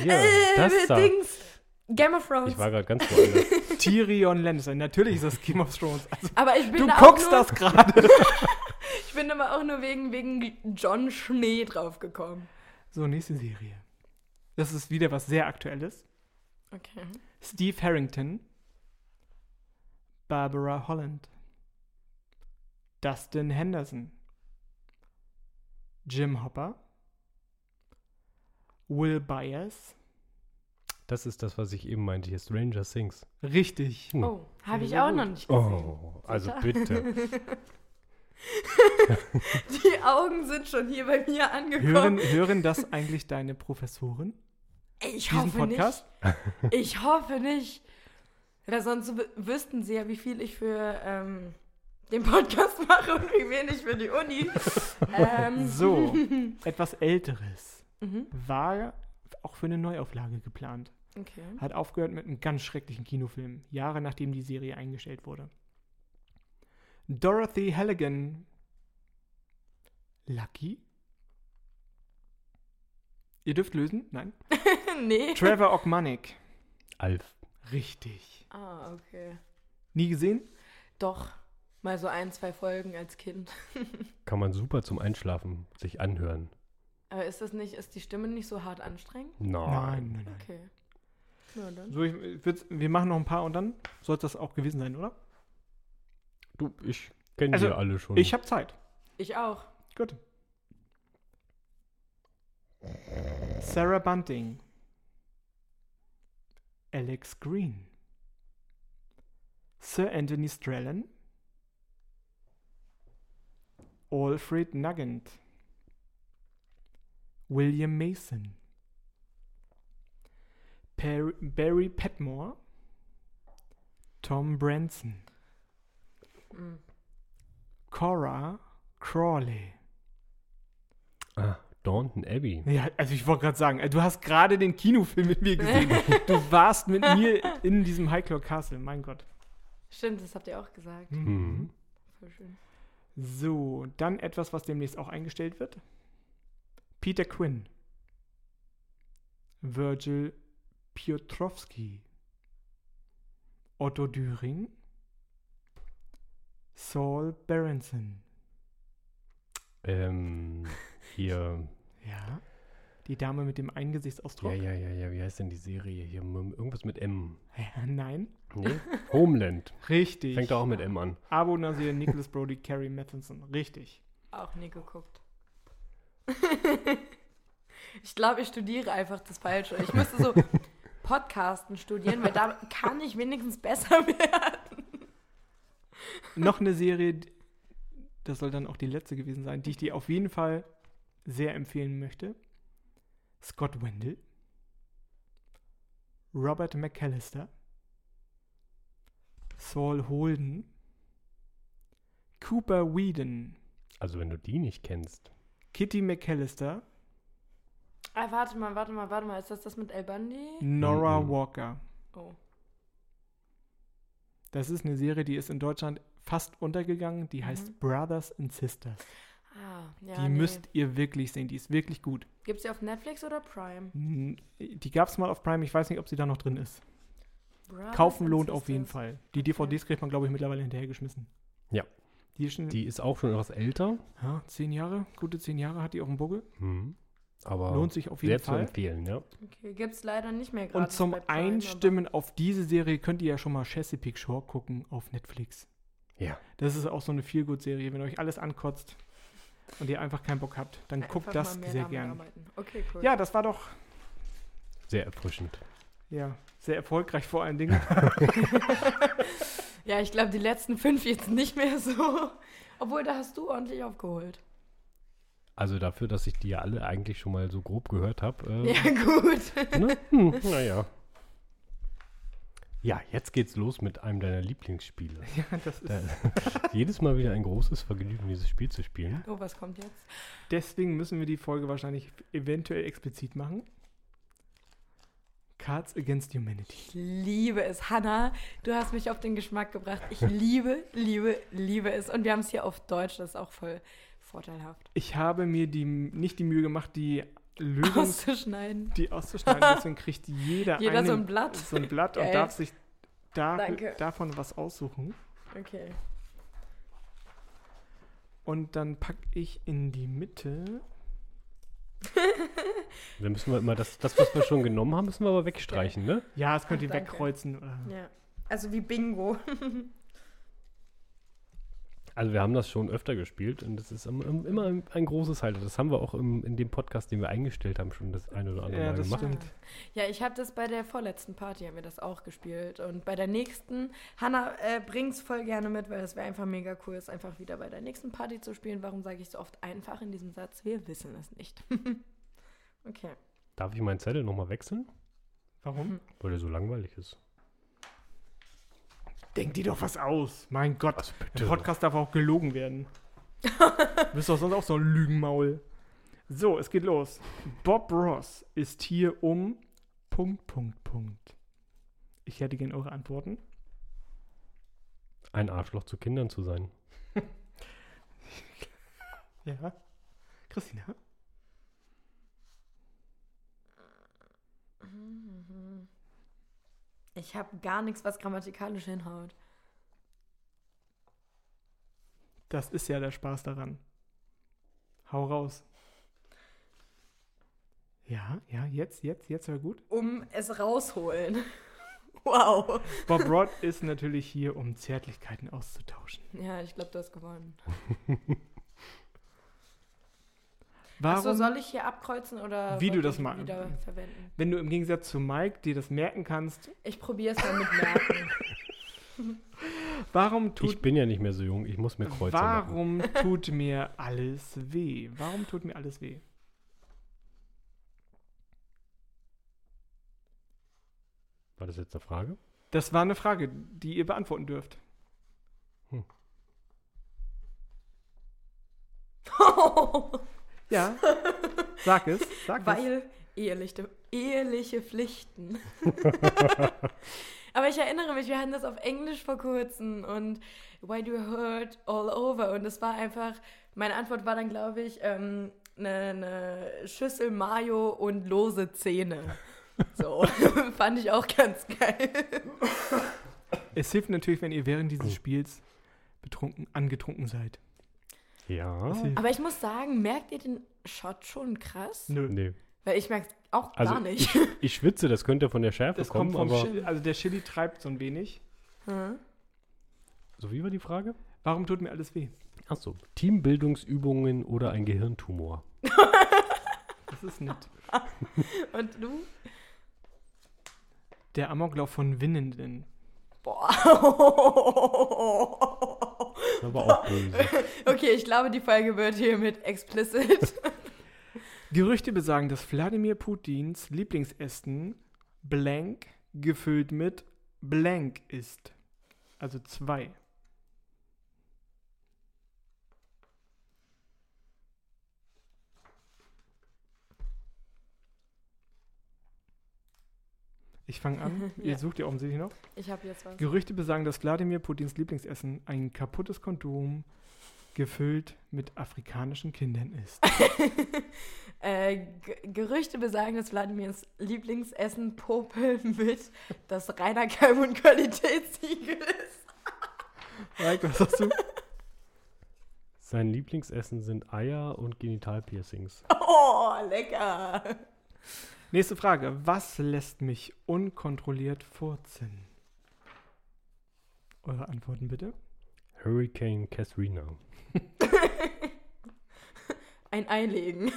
S3: Ja, das da.
S1: Dings. Game of Thrones.
S3: Ich war gerade ganz woanders.
S4: Tyrion Lannister. Natürlich ist das Game of Thrones. Also,
S1: aber ich bin
S4: du
S1: da
S4: guckst
S1: auch nur,
S4: das gerade.
S1: Ich bin aber auch nur wegen, wegen John Schnee draufgekommen.
S4: So, nächste Serie. Das ist wieder was sehr Aktuelles.
S1: Okay.
S4: Steve Harrington, Barbara Holland, Dustin Henderson, Jim Hopper, Will Byers.
S3: Das ist das, was ich eben meinte hier. Stranger Things.
S4: Richtig.
S3: Hm.
S1: Oh, habe ich
S4: Sehr
S1: auch
S4: gut.
S1: noch nicht gesehen.
S3: Oh, (laughs) also bitte.
S1: (laughs) Die Augen sind schon hier bei mir angekommen.
S4: Hören, hören das eigentlich deine Professoren?
S1: ich
S4: Diesen
S1: hoffe
S4: Podcast? (laughs)
S1: nicht. Ich hoffe nicht. Oder sonst wü- wüssten sie ja, wie viel ich für ähm, den Podcast (laughs) mache und wie wenig für die
S4: (laughs)
S1: Uni. ähm,
S4: So, etwas Älteres.
S1: Mhm.
S4: War auch für eine Neuauflage geplant.
S1: Okay. (laughs)
S4: Hat aufgehört mit einem ganz schrecklichen Kinofilm, Jahre nachdem die Serie eingestellt wurde. Dorothy Halligan. Lucky? Ihr dürft lösen? Nein.
S1: nee.
S4: Trevor Ogmanik.
S3: Alf.
S4: Richtig.
S1: Ah, okay.
S4: Nie gesehen?
S1: Doch. Mal so ein, zwei Folgen als Kind.
S3: Kann man super zum Einschlafen sich anhören.
S1: Aber ist das nicht, ist die Stimme nicht so hart anstrengend?
S3: Nein.
S4: nein, nein.
S1: Okay. Na dann.
S4: So, ich, ich würd's- wir machen noch ein paar und dann soll das auch gewesen sein, oder?
S3: Du, ich kenne
S4: Also,
S3: die ja alle schon.
S4: Ich habe Zeit.
S1: Ich auch.
S4: Gut. Sarah Bunting. Alex Green. Sir Anthony Strellan. Alfred Nugent. William Mason. Per Barry Petmore. Tom Branson.
S1: Mhm.
S4: Cora Crawley.
S3: ah, Daunton Abbey.
S4: Ja, also ich wollte gerade sagen, du hast gerade den Kinofilm mit mir gesehen. du warst mit mir in diesem Highclaw Castle, mein Gott. Hm.
S1: Stimmt, das habt ihr auch gesagt.
S3: Mhm.
S1: Voll schön.
S4: So, dann etwas, was demnächst auch eingestellt wird. Peter Quinn. Virgil Piotrowski. Otto Düring. Saul Berenson.
S3: Ähm, hier.
S4: Ja. Die Dame mit dem einen Gesichtsausdruck.
S3: (laughs) Ja, ja, ja, ja. Wie heißt denn die Serie hier? M- Irgendwas mit M.
S4: Ja, Nein.
S3: (laughs) Nee? Homeland.
S4: Richtig.
S3: Fängt auch mit M an.
S4: Abo Nasir, Nicholas Brody, Carrie Matheson. Richtig.
S1: Auch nie geguckt. (laughs) ich glaube, ich studiere einfach das Falsche. Ich müsste
S4: (laughs)
S1: so Podcasten studieren, weil da kann ich wenigstens besser werden.
S4: noch eine Serie, d- das soll dann auch die letzte gewesen sein, die ich dir auf jeden Fall sehr empfehlen möchte. Scott Wendell, Robert McAllister, Saul Holden, Cooper Whedon,
S3: Also, wenn du die nicht kennst.
S4: Kitty McAllister,
S1: Ah, warte mal, warte mal, warte mal. Ist das das mit El Bundy?
S4: Nora
S3: Mhm.
S4: Walker.
S1: Oh.
S4: Das ist eine Serie, die ist in Deutschland fast untergegangen. Die heißt Brothers and Sisters.
S1: Ah, Mhm. ja.
S4: die müsst ihr wirklich sehen. Die ist wirklich gut.
S1: Gibt es die auf Netflix oder Prime?
S4: N- Die gab es mal auf Prime. Ich weiß nicht, ob sie da noch drin
S1: Ah,
S4: ist.
S1: Brothers
S4: Kaufen
S1: and
S4: lohnt auf jeden
S1: Sisters.
S4: Fall. Die DVDs kriegt man, glaube ich, mittlerweile hinterhergeschmissen.
S3: Ja.
S4: Die ist schon
S3: Die ist auch schon etwas älter.
S4: ja, zehn Jahre, gute zehn Jahre hat die auf dem Buckel.
S3: Mhm. Aber
S4: Hm. Lohnt sich auf jeden
S3: sehr zu
S4: Fall.
S3: empfehlen, ja.
S1: Okay, gibt es leider nicht mehr gerade.
S4: Und zum Einstimmen auf diese Serie könnt ihr ja schon mal Chesapeake Shore gucken auf Netflix.
S3: Ja.
S4: Das ist auch so eine Feelgood-Serie. Wenn euch alles ankotzt und ihr einfach keinen Bock habt, dann guckt das sehr gern.
S1: Okay, cool.
S4: Ja, das war doch
S3: Sehr erfrischend.
S4: ja, sehr erfolgreich vor allen Dingen.
S1: Ja, ich glaube, die letzten fünf jetzt nicht mehr so. Obwohl, da hast du ordentlich aufgeholt.
S3: Also dafür, dass ich die ja alle eigentlich schon mal so grob gehört habe. Äh,
S1: Ja, gut.
S3: Ne? (laughs) Hm, naja. Ja, jetzt geht's los mit einem deiner Lieblingsspiele.
S4: ja, das ist,
S3: (laughs) Jedes Mal wieder ein großes Vergnügen, dieses Spiel zu spielen.
S1: Oh, was kommt jetzt?
S4: deswegen müssen wir die Folge wahrscheinlich eventuell explizit machen. Cards Against Humanity.
S1: Ich liebe es. Hanna, du hast mich auf den Geschmack gebracht. Ich liebe, liebe, liebe es. Und wir haben es hier auf Deutsch, das ist auch voll vorteilhaft.
S4: Ich habe mir die, nicht die Mühe gemacht, die Lösungs
S1: Auszuschneiden.
S4: die auszuschneiden. Deswegen kriegt jeder,
S1: Jeder so
S4: einen-
S1: ein Blatt.
S4: so ein Blatt und
S1: Geil.
S4: darf sich da,
S1: Danke.
S4: davon was aussuchen.
S1: Okay.
S4: Und dann packe ich in die Mitte.
S3: Dann müssen wir immer das, das, was wir schon genommen haben, müssen wir aber wegstreichen, ne?
S4: Ja, das könnt
S1: Ach,
S4: ihr
S1: danke.
S4: wegkreuzen. Äh, Oder?
S1: Ja. Also wie Bingo.
S3: Also wir haben das schon öfter gespielt und das ist im- im- immer ein, ein großes Highlight. Das haben wir auch im, in dem Podcast, den wir eingestellt haben, schon das eine oder andere
S4: Ja,
S3: Mal
S4: das
S3: gemacht.
S4: stimmt.
S1: Ja, ich habe das bei der vorletzten Party, haben wir das auch gespielt. Und bei der nächsten, Hanna äh, bringt's voll gerne mit, weil das wäre einfach mega cool, es einfach wieder bei der nächsten Party zu spielen. Warum sage ich so oft einfach in diesem Satz? Wir wissen es nicht. (laughs) okay.
S3: Darf ich meinen Zettel nochmal wechseln?
S1: Mhm.
S4: Warum?
S3: Weil der so langweilig ist.
S4: Denk dir doch was aus. Mein Gott.
S3: bitte?
S4: Im Podcast darf auch gelogen werden.
S1: (laughs)
S4: Bist doch sonst auch so ein Lügenmaul. So, es geht los. Bob Ross ist hier um Punkt, Punkt, Punkt. Ich hätte gerne eure Antworten.
S3: Ein Arschloch zu Kindern zu sein.
S4: Ja. Christina?
S1: Ich habe gar nichts, was grammatikalisch hinhaut.
S4: Das ist ja der Spaß daran. Hau raus. Ja, ja, jetzt, jetzt, jetzt war gut.
S1: Um es rausholen. (laughs) wow.
S4: Bob Rod (laughs) ist natürlich hier, um Zärtlichkeiten auszutauschen.
S1: Ja, ich glaube, du hast gewonnen.
S4: Warum,
S1: Achso, soll ich hier abkreuzen oder
S4: Wie du
S1: wollt
S4: das
S1: ihr die
S4: magst.
S1: wieder verwenden?
S4: wenn du im Gegensatz zu Mike dir das merken kannst,
S1: Ich probiere es mal mit
S4: (laughs)
S1: Merken. (laughs)
S4: warum
S3: Ich
S4: tut,
S3: bin ja nicht mehr so jung, ich muss mir Kreuze machen.
S4: warum (laughs) tut mir alles weh? Warum tut mir alles weh?
S3: War das jetzt eine Frage?
S4: Das war eine Frage, die ihr beantworten dürft.
S1: Oh.
S4: Ja, sag es, sag
S1: (laughs)
S4: es.
S1: Weil eheliche, eheliche
S3: (laughs)
S1: Pflichten. (laughs) Aber ich erinnere mich, wir hatten das auf Englisch vor kurzem und Why Do You Hurt All Over? Und es war einfach, meine Antwort war dann, glaube ich, ähm, eine, eine Schüssel Mayo und lose Zähne.
S3: (laughs)
S1: So, (laughs) fand ich auch ganz geil.
S4: Es hilft natürlich, wenn ihr während
S3: Oh.
S4: dieses Spiels betrunken, angetrunken seid.
S3: Ja.
S4: Das hilft.
S1: Aber ich muss sagen, merkt ihr den Shot schon krass?
S4: Nö.
S3: Nee.
S1: Weil ich merke es auch
S3: Also
S1: gar nicht.
S3: Ich schwitze, das könnte von der Schärfe
S4: Das
S3: kommen,
S4: kommt vom
S3: aber.
S4: Chili, also der Chili treibt so ein wenig.
S3: So, wie war die Frage?
S4: Warum tut mir alles weh?
S3: Achso. Teambildungsübungen oder ein Gehirntumor.
S4: Das ist nett.
S1: (laughs) Und du?
S4: Der Amoklauf von Winnenden.
S1: (laughs) Boah.
S3: Aber
S4: (laughs)
S3: auch böse.
S1: (laughs) Okay, ich glaube, die Folge wird hiermit explicit.
S3: (laughs)
S4: Gerüchte besagen, dass Wladimir Putins Lieblingsessen blank gefüllt mit blank ist. Also zwei. Ich fange an. Ihr
S1: Ja.
S4: sucht ihr offensichtlich noch.
S1: Ich habe jetzt was. (laughs)
S4: Gerüchte besagen, dass Wladimir Putins Lieblingsessen ein kaputtes Kondom gefüllt mit afrikanischen Kindern ist.
S1: Äh, G Gerüchte besagen, dass Wladimirs Lieblingsessen Popel mit das reiner Keim- und Qualitätssiegel ist.
S4: Mike, was hast du?
S3: Sein Lieblingsessen sind Eier und Genitalpiercings.
S4: Ah.
S1: Oh, (laughs) lecker.
S4: Nächste Frage. Was lässt mich unkontrolliert furzen? Eure Antworten bitte.
S3: Hurricane Katrina.
S1: Ein Einlegen.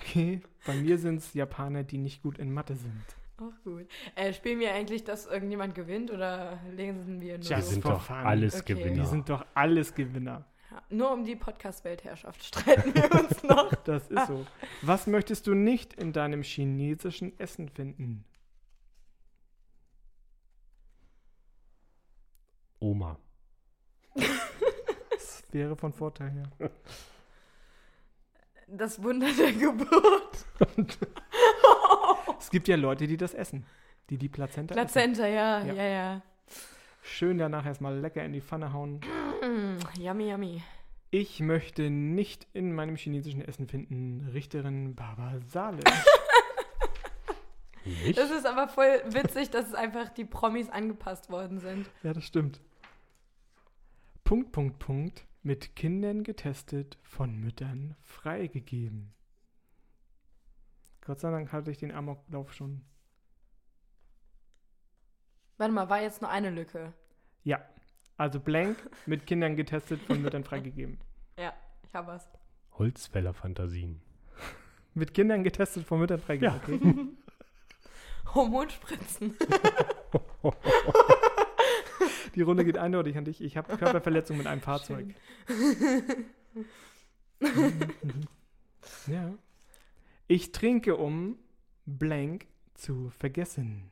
S4: Okay, bei mir sind es Japaner, die nicht gut in Mathe sind.
S1: Auch gut. Äh, spielen wir eigentlich, dass irgendjemand gewinnt oder lesen wir nur?
S4: Ja,
S3: Wir
S1: so?
S4: ist
S3: sind
S4: voll
S3: doch
S4: fun.
S3: alles
S1: Okay.
S3: Gewinner.
S4: Die sind doch alles Gewinner.
S1: Ja, nur um die Podcast-Weltherrschaft streiten wir uns
S3: (laughs)
S1: noch.
S4: Das ist so. Was möchtest du nicht in deinem chinesischen Essen finden?
S3: Oma.
S4: Das wäre von Vorteil her.
S1: Das Wunder der Geburt.
S4: Es gibt ja Leute, die das essen. Die die Plazenta essen.
S1: Plazenta, ja,
S4: Ja.
S1: ja, ja.
S4: Schön danach erstmal lecker in die Pfanne hauen.
S1: Mm, yummy, yummy.
S4: Ich möchte nicht in meinem chinesischen Essen finden, Richterin Baba Saleh.
S3: Nicht?
S1: Das ist aber voll witzig, dass es einfach die Promis angepasst worden sind.
S4: (laughs) ja, das stimmt. Punkt, Punkt, Punkt. Mit Kindern getestet, von Müttern freigegeben. Gott sei Dank hatte ich den Amoklauf schon.
S1: Warte mal, war jetzt nur eine Lücke.
S4: Ja, also blank, mit Kindern getestet, von Müttern (laughs) freigegeben.
S1: Ja, ich habe was.
S3: Holzfäller-Fantasien.
S4: Mit Kindern getestet, von Müttern freigegeben.
S3: Ja.
S4: Okay. (laughs)
S1: Hormonspritzen.
S4: Die Runde geht eindeutig an dich. Ich habe Körperverletzung mit einem Fahrzeug. (laughs) ja. Ich trinke, um blank zu vergessen.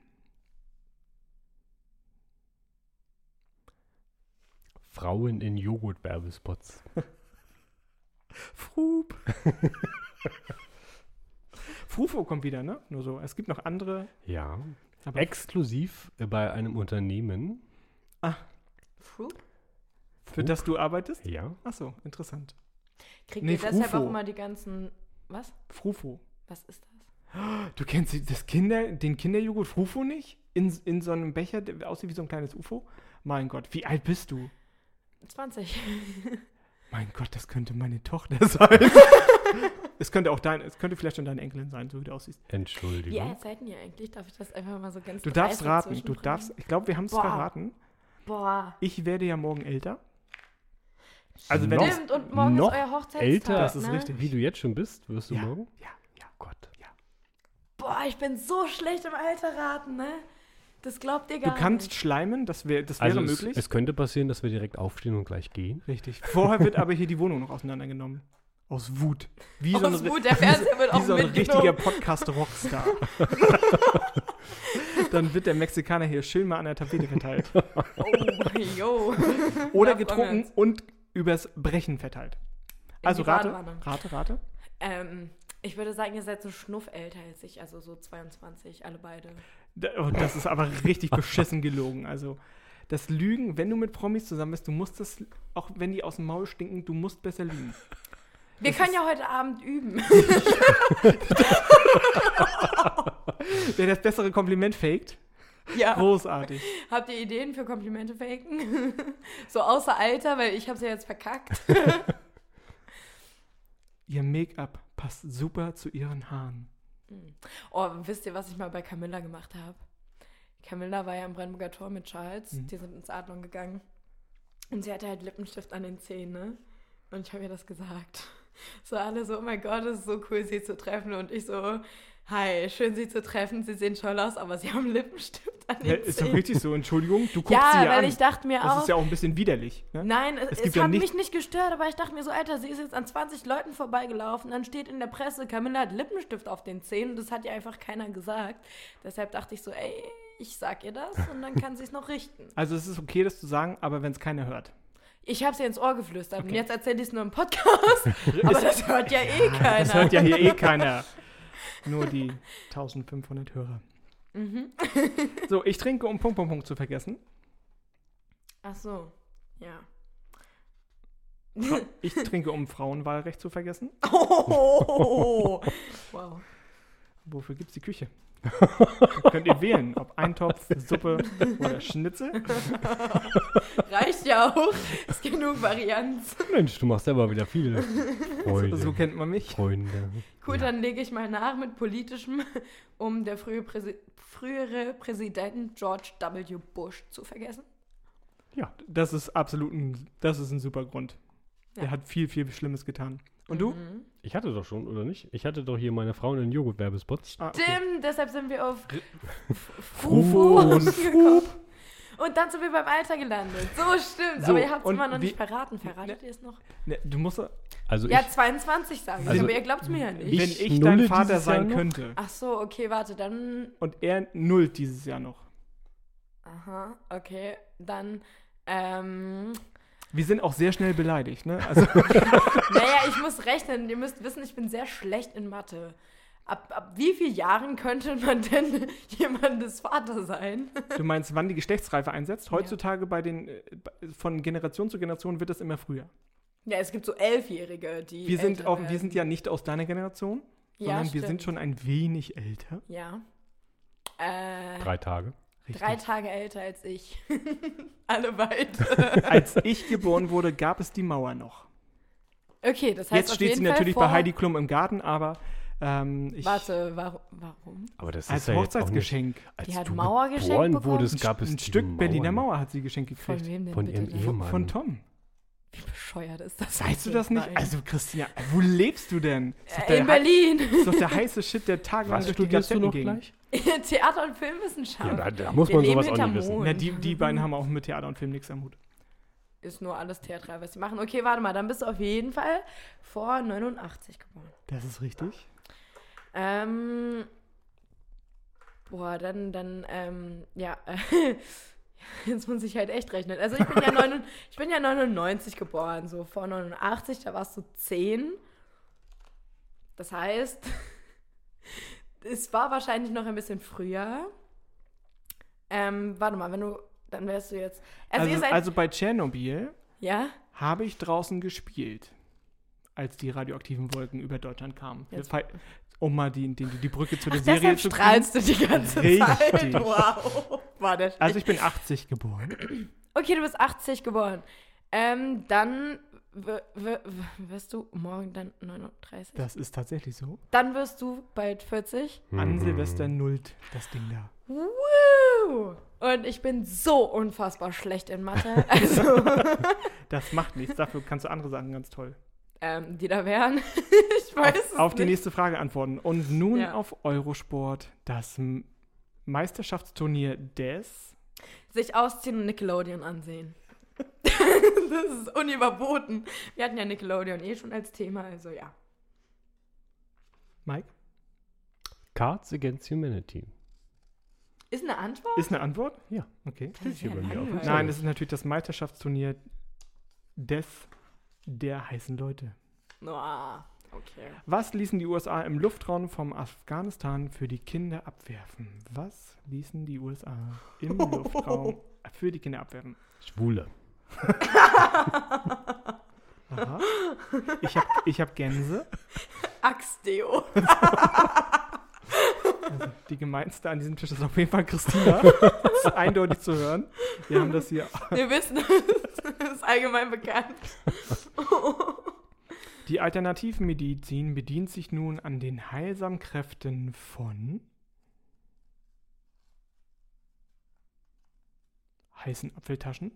S3: Frauen in Joghurt-Werbespots.
S4: (laughs) Frub. Frufo kommt wieder, ne? Nur so. Es gibt noch andere.
S3: Ja.
S4: Aber
S3: Exklusiv bei einem Unternehmen.
S1: Fruit?
S4: für das du arbeitest?
S3: Ja.
S4: Ach so, interessant.
S1: Kriegt
S4: Nee,
S1: ihr deshalb
S4: Frufo.
S1: auch immer die ganzen. Was?
S4: Frufo.
S1: Was ist das?
S4: Du kennst das Kinder, den Kinderjoghurt Frufo nicht? In, in so einem Becher, der aussieht wie so ein kleines UFO? Mein Gott, wie alt bist du?
S1: 20.
S4: Mein Gott, das könnte meine Tochter (laughs) sein. es könnte auch dein, es könnte vielleicht schon deine Enkelin sein, so wie du aussiehst.
S3: Entschuldigung.
S1: Wie alt seid denn ihr eigentlich? Darf ich das einfach mal so ganz
S4: Hm? Du
S1: dreist
S4: darfst raten, du
S1: dazwischenbringen?
S4: darfst, ich glaube, wir haben es
S1: Boah.
S4: verraten.
S1: Boah.
S4: Ich werde ja morgen älter. Also wenn
S3: Noch-
S4: ich,
S1: Stimmt, und morgen ist
S3: noch
S1: euer Hochzeitstag.
S3: älter,
S4: das ist
S1: ne?
S4: richtig.
S3: Wie du jetzt schon bist, wirst du
S4: Ja,
S3: morgen?
S4: ja, ja.
S3: Gott.
S1: Boah, ich bin so schlecht im Alter raten, ne? Das glaubt ihr gar
S4: Du kannst
S1: nicht.
S4: schleimen, das, wär, das
S3: Also
S4: wäre
S3: es,
S4: möglich.
S3: es könnte passieren, dass wir direkt aufstehen und gleich gehen.
S4: Richtig. Vorher wird aber hier die Wohnung noch auseinandergenommen. Aus Wut. Wie so ein,
S1: Aus
S4: ri-
S1: Wut, der Fernseher wird
S4: (laughs) wie
S1: auch
S4: so ein richtiger
S1: (laughs) mitgenommen. (laughs)
S4: Podcast-Rockstar. Dann wird der Mexikaner hier schön mal an der Tapete verteilt.
S1: Oh, yo.
S4: Oder
S1: Ja, voll
S4: getrunken
S1: ganz.
S4: und übers Brechen verteilt. Also
S1: die
S4: rate,
S1: Badewanne.
S4: rate, rate.
S1: Ähm, ich würde sagen, ihr seid so schnuff älter als ich, also so 22, alle beide.
S4: Da- oh, Das ist aber richtig beschissen gelogen. Also das Lügen, wenn du mit Promis zusammen bist, du musst das, auch wenn die aus dem Maul stinken, du musst
S1: (laughs)
S4: besser lügen.
S1: Wir können ja heute Abend üben.
S4: Wer das bessere Kompliment faked,
S1: ja.
S4: großartig.
S1: Habt ihr Ideen für Komplimente faken? (laughs) so außer Alter, weil ich hab's ja jetzt verkackt.
S4: Ihr Make-up passt super zu ihren Haaren.
S1: Oh, wisst ihr, was ich mal bei Camilla gemacht habe? Camilla war ja im Brandenburger Tor mit Charles.
S4: Mhm.
S1: Die sind ins Adlon gegangen. Und sie hatte halt Lippenstift an den Zähnen, ne? Und ich habe ihr das gesagt. So alle so, oh mein Gott, es ist so cool, sie zu treffen. Und ich so, hi, schön, sie zu treffen. Sie sehen toll aus, aber sie haben Lippenstift an
S4: Ja,
S1: den
S4: ist doch
S1: Zähnen.
S4: richtig so, Entschuldigung,
S1: (laughs)
S4: du guckst sie
S1: eh. Ja,
S4: ja
S1: weil
S4: an.
S1: ich dachte mir
S4: das
S1: auch,
S4: ist ja auch ein bisschen widerlich. Ne?
S1: Nein, es,
S4: Es
S1: es,
S4: gibt ja
S1: hat
S4: nicht-
S1: mich nicht gestört, aber ich dachte mir so, Alter, sie ist jetzt an 20 Leuten vorbeigelaufen, dann steht in der Presse, Camilla hat Lippenstift auf den Zähnen, das hat ihr einfach keiner gesagt. Deshalb dachte ich so, ey, ich sag ihr das und dann kann sie es noch richten.
S4: Also es ist okay, das zu sagen, aber wenn es keiner hört.
S1: Ich hab's ihr ins Ohr geflüstert und jetzt erzähle ich es nur im
S4: (laughs)
S1: Podcast, aber das hört ja eh keiner.
S4: Das hört ja hier eh keiner. Nur die 1500 Hörer. So, ich trinke, um Punkt, Punkt, Punkt zu vergessen.
S1: Ach so,
S4: (laughs)
S1: ja. (laughs)
S4: Ich trinke, um Frauenwahlrecht zu vergessen.
S1: Oh, wow.
S4: Wofür gibt es die Küche? Könnt ihr wählen, ob Eintopf, Suppe oder Schnitzel?
S1: Reicht ja auch. Ist genug Varianz.
S3: Mensch, du machst selber
S1: (laughs)
S3: wieder viele. Freunde.
S4: So kennt man mich.
S3: Freunde.
S1: Gut, dann lege ich mal nach mit politischem, (laughs) um der frühe Präsi frühere Präsident George W. Bush zu vergessen.
S4: Ja, das ist absolut ein, das ist ein super Grund. Er
S1: Ja.
S4: hat viel, viel Schlimmes getan. Und du?
S3: Ich hatte doch schon, oder nicht? Ich hatte doch hier meine Frauen in Joghurt-Werbespots.
S4: Ah, okay.
S1: Dim, deshalb sind wir auf
S4: Frufo und
S1: gekommen. Und dann sind wir beim Alter gelandet. So stimmt,
S4: So,
S1: aber ihr habt es
S4: und
S1: immer noch
S4: wie-
S1: nicht verraten. Verratet ihr es noch?
S4: Ne, du musst,
S3: Also
S1: Ja,
S3: ich,
S1: 22 sagen ich,
S3: Also,
S1: aber ihr glaubt es mir ja nicht.
S3: Ich
S4: wenn ich
S3: nulle
S4: dein Vater
S3: dieses Jahr
S4: sein
S3: noch?
S4: könnte
S1: Ach so, okay, warte, dann.
S4: und er nullt dieses Jahr noch.
S1: Aha, okay, dann. Ähm,
S4: Wir sind auch sehr schnell beleidigt, ne? Also,
S1: naja, ich muss rechnen. Ihr müsst wissen, ich bin sehr schlecht in Mathe. Ab, ab wie vielen Jahren könnte man denn (laughs) jemandes Vater sein?
S4: Du meinst, wann die Geschlechtsreife einsetzt? Heutzutage bei den äh, bei- von Generation zu Generation wird das immer früher.
S1: Ja, es gibt so Elfjährige, die.
S4: Wir sind,
S1: älter
S4: auch, wir
S1: werden.
S4: sind ja nicht aus deiner Generation,
S1: Ja,
S4: sondern wir
S1: stimmt.
S4: sind schon ein wenig älter.
S1: Ja. Äh,
S3: Drei Tage.
S1: drei Tage älter als ich. (laughs) Alle beide.
S4: (laughs) Als ich geboren wurde, gab es die Mauer noch.
S1: Okay, das heißt
S4: Jetzt
S1: auf
S4: steht
S1: jeden
S4: sie
S1: Fall
S4: natürlich
S1: vor...
S4: bei Heidi Klum im Garten, aber ähm, ich,
S1: Warte, warum? warum?
S3: Aber das
S4: als
S3: ist ja jetzt auch nicht,
S4: Hochzeitsgeschenk.
S3: als
S1: Die hat
S3: du
S1: Mauer geschenkt
S3: geboren
S1: bekommen?
S3: wurdest,
S1: Ein
S3: gab es
S4: Ein
S3: die
S4: Stück Berliner
S3: Mauer.
S4: Mauer hat sie geschenkt
S1: Von
S4: gekriegt.
S1: wem denn
S3: Von
S1: bitte?
S3: ihrem
S1: das?
S3: Ehemann.
S4: Von Tom.
S1: Wie bescheuert ist das?
S4: Weißt du das nicht?
S1: Nein.
S4: Also, Christian, wo lebst du denn? Ist doch
S1: Äh, In
S4: der-
S1: Berlin. (laughs)
S4: Das ist doch der heiße Shit, der tagelang
S3: Was
S4: durch die
S3: studierst du
S4: Gazetten
S3: noch
S4: ging.
S3: gleich?
S1: Theater- und Filmwissenschaft.
S3: Ja, da, da muss
S1: Wir
S3: man
S1: leben
S3: sowas auch
S1: hinterm
S3: nicht wissen.
S1: Mond.
S4: Na, die, die beiden haben auch mit Theater und Film nichts am Hut.
S1: Ist nur alles theatral, was sie machen. Okay, warte mal, dann bist du auf jeden Fall vor 89 geboren.
S4: Das ist richtig.
S1: Ähm, boah, dann, dann, ähm, ja. (laughs) Jetzt muss ich halt echt rechnen. Also ich bin ja,
S4: (laughs)
S1: 9, ich bin ja 99 geboren, so vor 89, da warst du 10. Das heißt, (laughs) es war wahrscheinlich noch ein bisschen früher. Ähm, warte mal, wenn du, dann wärst du jetzt. Also, ihr
S4: Also,
S1: seid,
S4: also bei Tschernobyl
S1: ja?
S4: habe ich draußen gespielt, als die radioaktiven Wolken über Deutschland kamen.
S1: Jetzt-
S4: Fe- Um mal die, die, die Brücke zu der Serie
S1: Deshalb
S4: zu kriegen.
S1: strahlst du die ganze Zeit.
S4: Richtig.
S1: Wow. War der
S4: Also ich bin 80 geboren.
S1: Okay, du bist 80 geboren. Ähm, dann w- w- w- wirst du morgen dann 39.
S4: Das ist tatsächlich so.
S1: Dann wirst du bald 40.
S4: An Silvester nullt das Ding da.
S1: Woo! Und ich bin so unfassbar schlecht in
S4: (laughs)
S1: Mathe, also,
S4: Das macht nichts. Dafür kannst du andere Sachen ganz toll.
S1: ähm, die da wären. (laughs) ich weiß es
S4: Auf die
S1: nicht.
S4: nächste Frage antworten. Und nun
S1: Ja.
S4: auf Eurosport, das M- Meisterschaftsturnier des
S1: Sich ausziehen und Nickelodeon
S4: (laughs)
S1: ansehen. das ist unüberboten. Wir hatten ja Nickelodeon eh schon als Thema, also ja.
S4: Mike.
S3: Cards Against Humanity.
S1: Ist eine Antwort?
S4: Ist eine Antwort?
S3: Ja.
S4: Okay.
S3: Steht hier
S1: ja
S3: bei mir auf dem
S1: langweilig.
S3: Zettel.
S4: Nein, das ist natürlich das Meisterschaftsturnier des der heißen Leute.
S1: Noah. Okay.
S4: Was ließen die USA im Luftraum vom Afghanistan für die Kinder abwerfen? Was ließen die USA im Luftraum für die Kinder abwerfen?
S3: Schwule.
S4: Aha. Ich habe ich hab Gänse.
S1: Axtdeo.
S4: Die gemeinste an diesem Tisch ist auf jeden Fall Christina. (laughs)
S1: (laughs)
S4: Das ist eindeutig zu hören. Wir haben das hier.
S1: Wir wissen (laughs) es. Das ist allgemein bekannt.
S4: Die Alternativmedizin bedient sich nun an den heilsamen Kräften von heißen Apfeltaschen.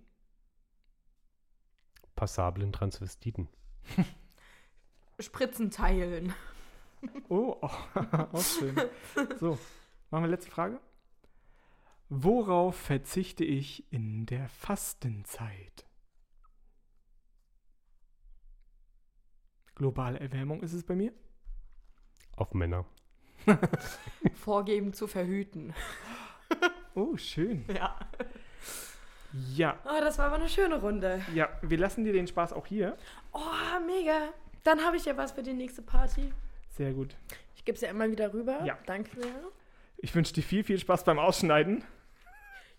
S3: Passablen Transvestiten.
S1: Spritzen
S4: (laughs)
S1: teilen.
S4: Oh, (laughs) oh auch schön. So, machen wir letzte Frage. Worauf verzichte ich in der Fastenzeit? Globale Erwärmung ist es bei mir.
S3: Auf Männer.
S1: Vorgeben zu verhüten.
S4: Oh, schön.
S1: Ja.
S4: Ja,
S1: Oh, das war aber eine schöne Runde.
S4: ja, wir lassen dir den Spaß auch hier.
S1: Oh, mega. Dann habe ich ja was für die nächste Party.
S4: Sehr gut.
S1: Ich gebe es ja immer wieder rüber.
S4: Ja.
S1: Danke sehr.
S4: Ich wünsche dir viel, viel Spaß beim Ausschneiden.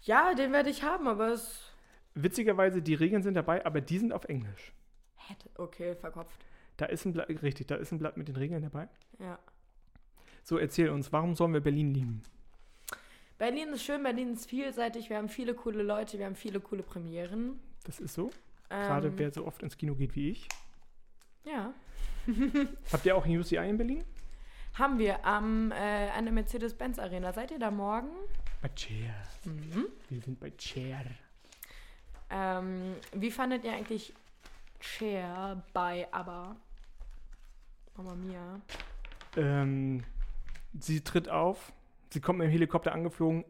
S1: Ja, den werde ich haben, aber es.
S4: Witzigerweise, die Regeln sind dabei, aber die sind auf Englisch.
S1: Hätte- Okay, verkopft.
S4: Da ist ein Blatt, richtig, da ist ein Blatt mit den Regeln dabei.
S1: Ja.
S4: So, erzähl uns, warum sollen wir Berlin lieben?
S1: Berlin ist schön, Berlin ist vielseitig. Wir haben viele coole Leute, wir haben viele coole Premieren.
S4: Das ist so.
S1: Ähm,
S4: Gerade wer so oft ins Kino geht wie ich.
S1: Ja.
S4: Habt ihr auch ein UCI in Berlin?
S1: Haben wir am, äh, an der Mercedes-Benz Arena. Seid ihr da morgen?
S4: Bei Chair. Wir sind bei Chair.
S1: Ähm, wie fandet ihr eigentlich Cher bei ABBA? Mama Mia.
S4: Ähm, sie tritt auf, sie kommt mit dem Helikopter angeflogen.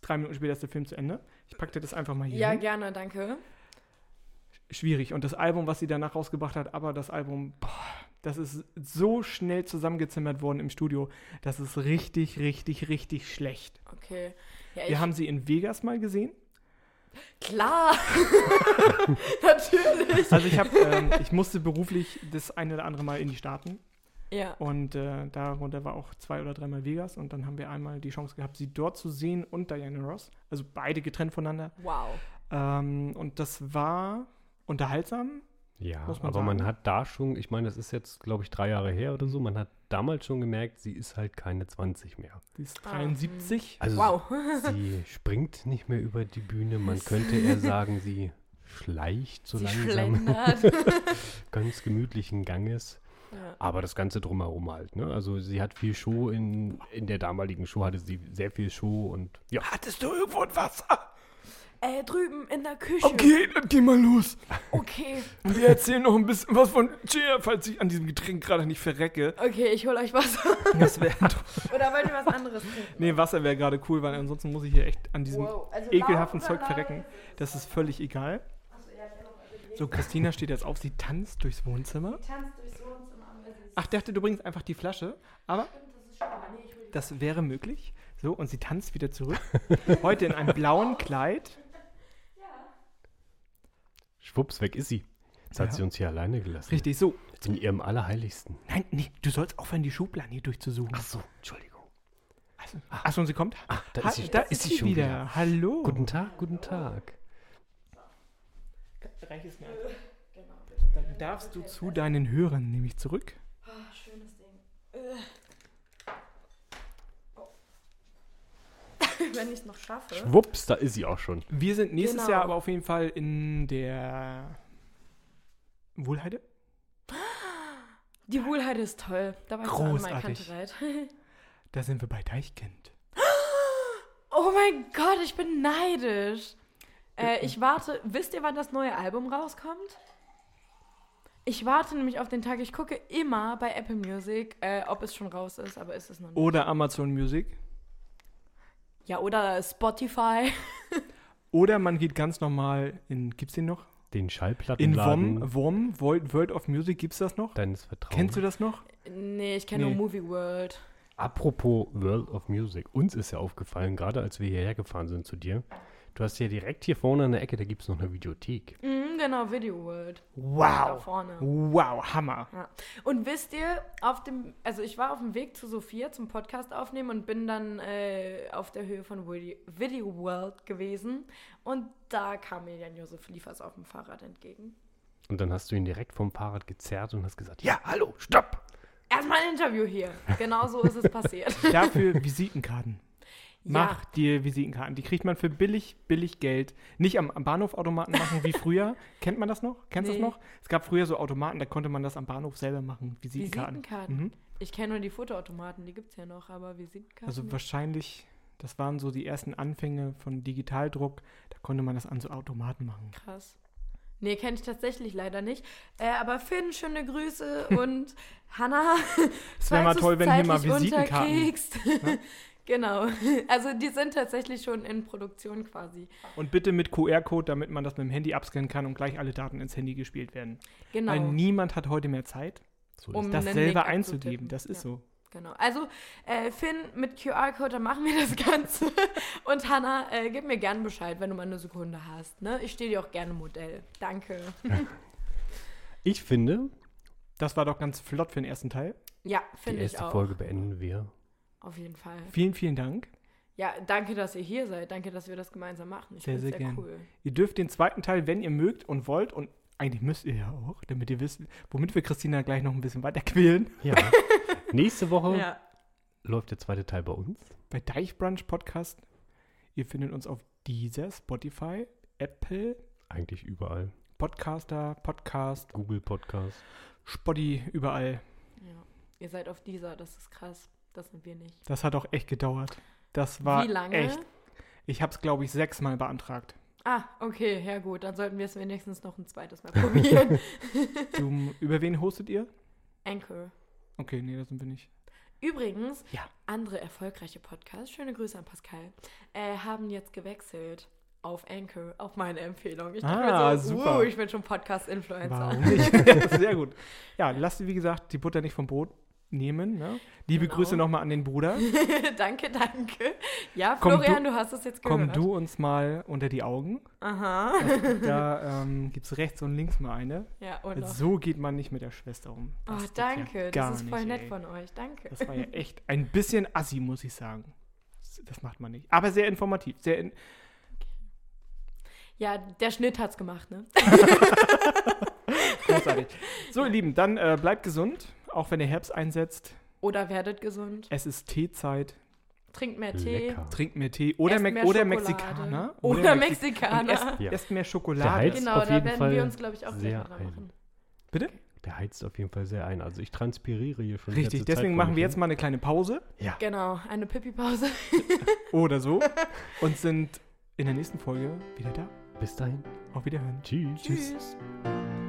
S4: Drei Minuten später ist der Film zu Ende. Ich packte das einfach mal hier.
S1: Ja,
S4: hin.
S1: gerne, danke.
S4: schwierig. Und das Album, was sie danach rausgebracht hat, aber das Album, boah, das ist so schnell zusammengezimmert worden im Studio. Das ist richtig, richtig, richtig schlecht.
S1: Okay. Ja, ich,
S4: Wir haben sie in Vegas mal gesehen.
S1: klar. (laughs) Natürlich.
S4: Also ich habe, ähm, ich musste beruflich das eine oder andere Mal in die Staaten.
S1: Ja.
S4: Und äh, darunter war auch zwei oder dreimal Vegas. Und dann haben wir einmal die Chance gehabt, sie dort zu sehen und Diana Ross. Also beide getrennt voneinander.
S1: Wow.
S4: Ähm, und das war unterhaltsam.
S3: Ja,
S4: Muss man
S3: aber man
S4: sagen.
S3: hat da schon, ich meine, das ist jetzt, glaube ich, drei Jahre her oder so, man hat damals schon gemerkt, sie ist halt keine 20 mehr.
S4: Die ist
S1: Ah,
S4: 73.
S3: Also
S1: Wow. (laughs)
S3: sie springt nicht mehr über die Bühne, man könnte eher sagen, sie schleicht so
S1: Sie
S3: langsam,
S4: (laughs)
S1: schlendert.
S3: (laughs) ganz gemütlichen Ganges.
S1: ja.
S3: Aber das Ganze drumherum halt, ne? Also sie hat viel Show in, in der damaligen Show hatte sie sehr viel Show und ja.
S4: Hattest du irgendwo ein Wasser?
S1: Äh, drüben in der Küche.
S4: Okay, dann geh mal los.
S1: Okay,
S4: Und wir erzählen noch ein bisschen was von Cheer, falls ich an diesem Getränk gerade nicht verrecke.
S1: okay ich hole euch
S4: (laughs)
S1: Wasser.
S4: Das
S1: (laughs)
S4: wäre.
S1: Oder wollt ihr was anderes trinken?
S4: nee, Wasser wäre gerade cool, weil ansonsten muss ich hier echt an diesem
S1: Wow, also
S4: ekelhaften
S1: laut oder
S4: Zeug
S1: leise?
S4: verrecken. Das ist völlig egal. So, Christina steht jetzt auf, sie tanzt durchs Wohnzimmer.
S1: Tanzt durchs Wohnzimmer am Essen.
S4: Ach, ich dachte, du bringst einfach die Flasche, aber das wäre möglich. So, und sie tanzt wieder zurück. Heute in einem blauen Kleid.
S3: Schwupps, weg ist sie. Jetzt hat sie uns hier alleine gelassen.
S4: Richtig, so.
S3: In ihrem Allerheiligsten.
S4: Nein, nee, du sollst aufhören, die Schubladen hier durchzusuchen.
S3: so, Entschuldigung.
S4: Achso, Achso und sie kommt?
S3: da
S4: Ha-
S3: ist sie-
S4: da
S3: da
S4: ist sie wieder. Hallo.
S3: Guten Tag, guten Tag.
S4: Reich es mir
S1: Genau.
S4: einfach. Dann darfst du zu deinen Hörern nämlich zurück.
S1: Schönes Ding. Wenn ich es noch schaffe.
S3: Schwupps, da ist sie auch schon.
S4: Wir sind nächstes
S1: Genau.
S4: Jahr aber auf jeden Fall in der Wohlheide.
S1: Die Wohlheit ist toll. Da war ich so an meiner
S4: Großartig.
S1: Kante reit.
S4: Da sind wir bei Deichkind.
S1: Oh mein Gott, ich bin neidisch. Äh, ich warte. Wisst ihr, wann das neue Album rauskommt? Ich warte nämlich auf den Tag. Ich gucke immer bei Apple Music, äh, ob es schon raus ist, aber ist es noch nicht.
S4: Oder Amazon Music.
S1: Ja, oder Spotify.
S4: Oder man geht ganz normal in, gibt's den noch?
S3: Den
S4: In
S3: Schallplattenladen
S4: WOM, WOM, World, World of Music, gibt's das noch?
S3: deines Vertrauens.
S4: Kennst du das noch?
S1: Nee, ich kenne
S4: Nee.
S1: nur Movie World.
S3: Apropos World of Music, uns ist ja aufgefallen, gerade als wir hierher gefahren sind zu dir, du hast ja direkt hier vorne an der Ecke, da gibt es noch eine Videothek.
S1: Mhm, genau, Video World. Da
S4: Wow.
S1: vorne.
S4: Wow, Hammer.
S1: Ja. Und wisst ihr, auf dem, also ich war auf dem Weg zu Sophia zum Podcast aufnehmen und bin dann äh, auf der Höhe von Vide- Video World gewesen. Und da kam mir dann Josef Liefers auf dem Fahrrad entgegen.
S3: Und dann hast du ihn direkt vom Fahrrad gezerrt und hast gesagt, ja, hallo, stopp!
S1: Erstmal ein Interview hier. Genau so
S4: (laughs)
S1: ist es passiert.
S4: Dafür Visitenkarten. Mach
S1: Ja,
S4: dir Visitenkarten. Die kriegt man für billig, billig Geld. Nicht am, am Bahnhofautomaten machen
S1: (laughs)
S4: wie früher. Kennt man das noch? Kennst du
S1: Nee.
S4: das noch? Es gab früher so Automaten, da konnte man das am Bahnhof selber machen. Visitenkarten.
S1: Visitenkarten.
S4: Mhm.
S1: Ich kenne nur die Fotoautomaten, die gibt es ja noch, aber Visitenkarten.
S4: Also
S1: nicht.
S4: wahrscheinlich, das waren so die ersten Anfänge von Digitaldruck. Da konnte man das an so Automaten machen.
S1: Krass. Nee, kenne ich tatsächlich leider nicht. Äh, aber Finn, schöne
S4: (laughs)
S1: Grüße und Hanna. Es
S4: wär mal toll, wenn hier mal Visitenkarten-
S1: (laughs) genau. Also die sind tatsächlich schon in Produktion quasi.
S4: Und bitte mit QR-Code, damit man das mit dem Handy abscannen kann und gleich alle Daten ins Handy gespielt werden.
S1: Genau.
S4: Weil niemand hat heute mehr Zeit,
S3: So
S1: Um-
S3: ist
S4: das
S1: einen
S4: selber
S1: Link
S4: einzugeben.
S1: abzutippen.
S4: Das ist
S1: Ja.
S4: so.
S1: genau. Also äh, Finn mit QR-Code, dann machen wir das (laughs) Ganze. und Hanna, äh, gib mir gern Bescheid, wenn du mal eine Sekunde hast. Ne? Ich stehe dir auch gerne Modell. Danke.
S3: Ich finde,
S4: Das war doch ganz flott für den ersten Teil.
S1: Ja,
S3: die
S1: finde ich
S3: erste
S1: auch.
S3: Folge beenden wir.
S1: Auf jeden Fall.
S4: Vielen, vielen Dank.
S1: Ja, danke, dass ihr hier seid. Danke, dass wir das gemeinsam machen. Ich
S4: Sehr,
S1: finde
S4: sehr
S1: sehr
S4: gern.
S1: cool.
S4: Ihr dürft den zweiten Teil, wenn ihr mögt und wollt, und eigentlich müsst ihr ja auch, damit ihr wisst, womit wir Christina gleich noch ein bisschen weiter quälen.
S3: Ja. Nächste Woche
S1: Ja.
S3: läuft der zweite Teil bei uns.
S4: Bei Deichbrunch Podcast. Ihr findet uns auf dieser Spotify, Apple,
S3: Eigentlich überall.
S4: Podcaster, Podcast,
S3: Google Podcast.
S4: Spotty, überall.
S1: Ja. Ihr seid auf dieser, das ist krass. Das sind wir nicht.
S4: Das hat auch echt gedauert. Das war
S1: Wie lange?
S4: echt. Ich habe es, glaube ich, sechsmal beantragt.
S1: Ah, okay, ja gut. Dann sollten wir es wenigstens noch ein zweites Mal probieren.
S4: Du, über wen hostet ihr?
S1: Anchor.
S4: Okay, nee, das sind wir nicht.
S1: Übrigens,
S4: Ja.
S1: andere erfolgreiche Podcasts, schöne Grüße an Pascal, äh, haben jetzt gewechselt auf Anchor, auf meine Empfehlung. Ich dachte
S4: Ah,
S1: mir so,
S4: super.
S1: Uh, ich bin schon Podcast-Influencer.
S4: (laughs) Warum nicht? Sehr gut. Ja, lasst, wie gesagt, die Butter nicht vom Brot. nehmen. Ne? Liebe
S1: Genau.
S4: Grüße nochmal an den Bruder.
S1: (laughs) danke, danke. Ja,
S4: Komm,
S1: Florian, du, hast es jetzt
S4: Komm
S1: gehört.
S4: du uns mal unter
S1: (laughs)
S4: die Augen.
S1: Aha.
S4: Da ähm, gibt es rechts und links mal eine.
S1: (laughs) Ja, und noch.
S4: So geht man nicht mit der Schwester um.
S1: Oh,
S4: geht ja
S1: danke.
S4: gar
S1: das ist voll
S4: nicht,
S1: nett
S4: ey.
S1: von euch. Danke.
S4: Das war ja echt ein bisschen assi, muss ich sagen. Das macht man nicht. Aber sehr informativ.
S1: (laughs)
S4: Sehr in
S1: Ja, der Schnitt hat's gemacht, ne?
S4: großartig. so, ihr Lieben, dann äh, bleibt gesund, auch wenn der Herbst einsetzt.
S1: Oder werdet gesund.
S4: Es ist Teezeit.
S1: Trinkt mehr Tee.
S3: Lecker.
S4: Trinkt mehr Tee. Oder,
S1: esst
S4: Me
S1: mehr
S4: oder
S1: Schokolade.
S4: Mexikaner.
S1: Oder,
S4: Mexi- Und
S1: Mexikaner.
S4: esst,
S3: Ja.
S4: esst mehr
S3: Der
S4: Schokolade.
S3: Heiz-
S1: genau,
S3: auf
S1: da
S3: jeden
S1: werden
S3: Fall
S1: wir uns, glaube ich, auch
S3: sehr
S1: sehr dran
S3: ein.
S1: machen.
S4: Bitte?
S3: Der heizt auf jeden Fall sehr ein. Also ich transpiriere hier schon. die
S4: Richtig,
S3: ganze Zeit ne?
S4: deswegen
S3: vor
S4: machen
S3: mich
S4: wir
S3: hin.
S4: jetzt mal eine kleine Pause
S1: Genau, eine Pipi-Pause.
S4: oder so und sind in der nächsten Folge wieder da.
S3: Bis dahin.
S4: Auf Wiederhören.
S3: Tschüss.
S4: Tschüss.
S1: Tschüss.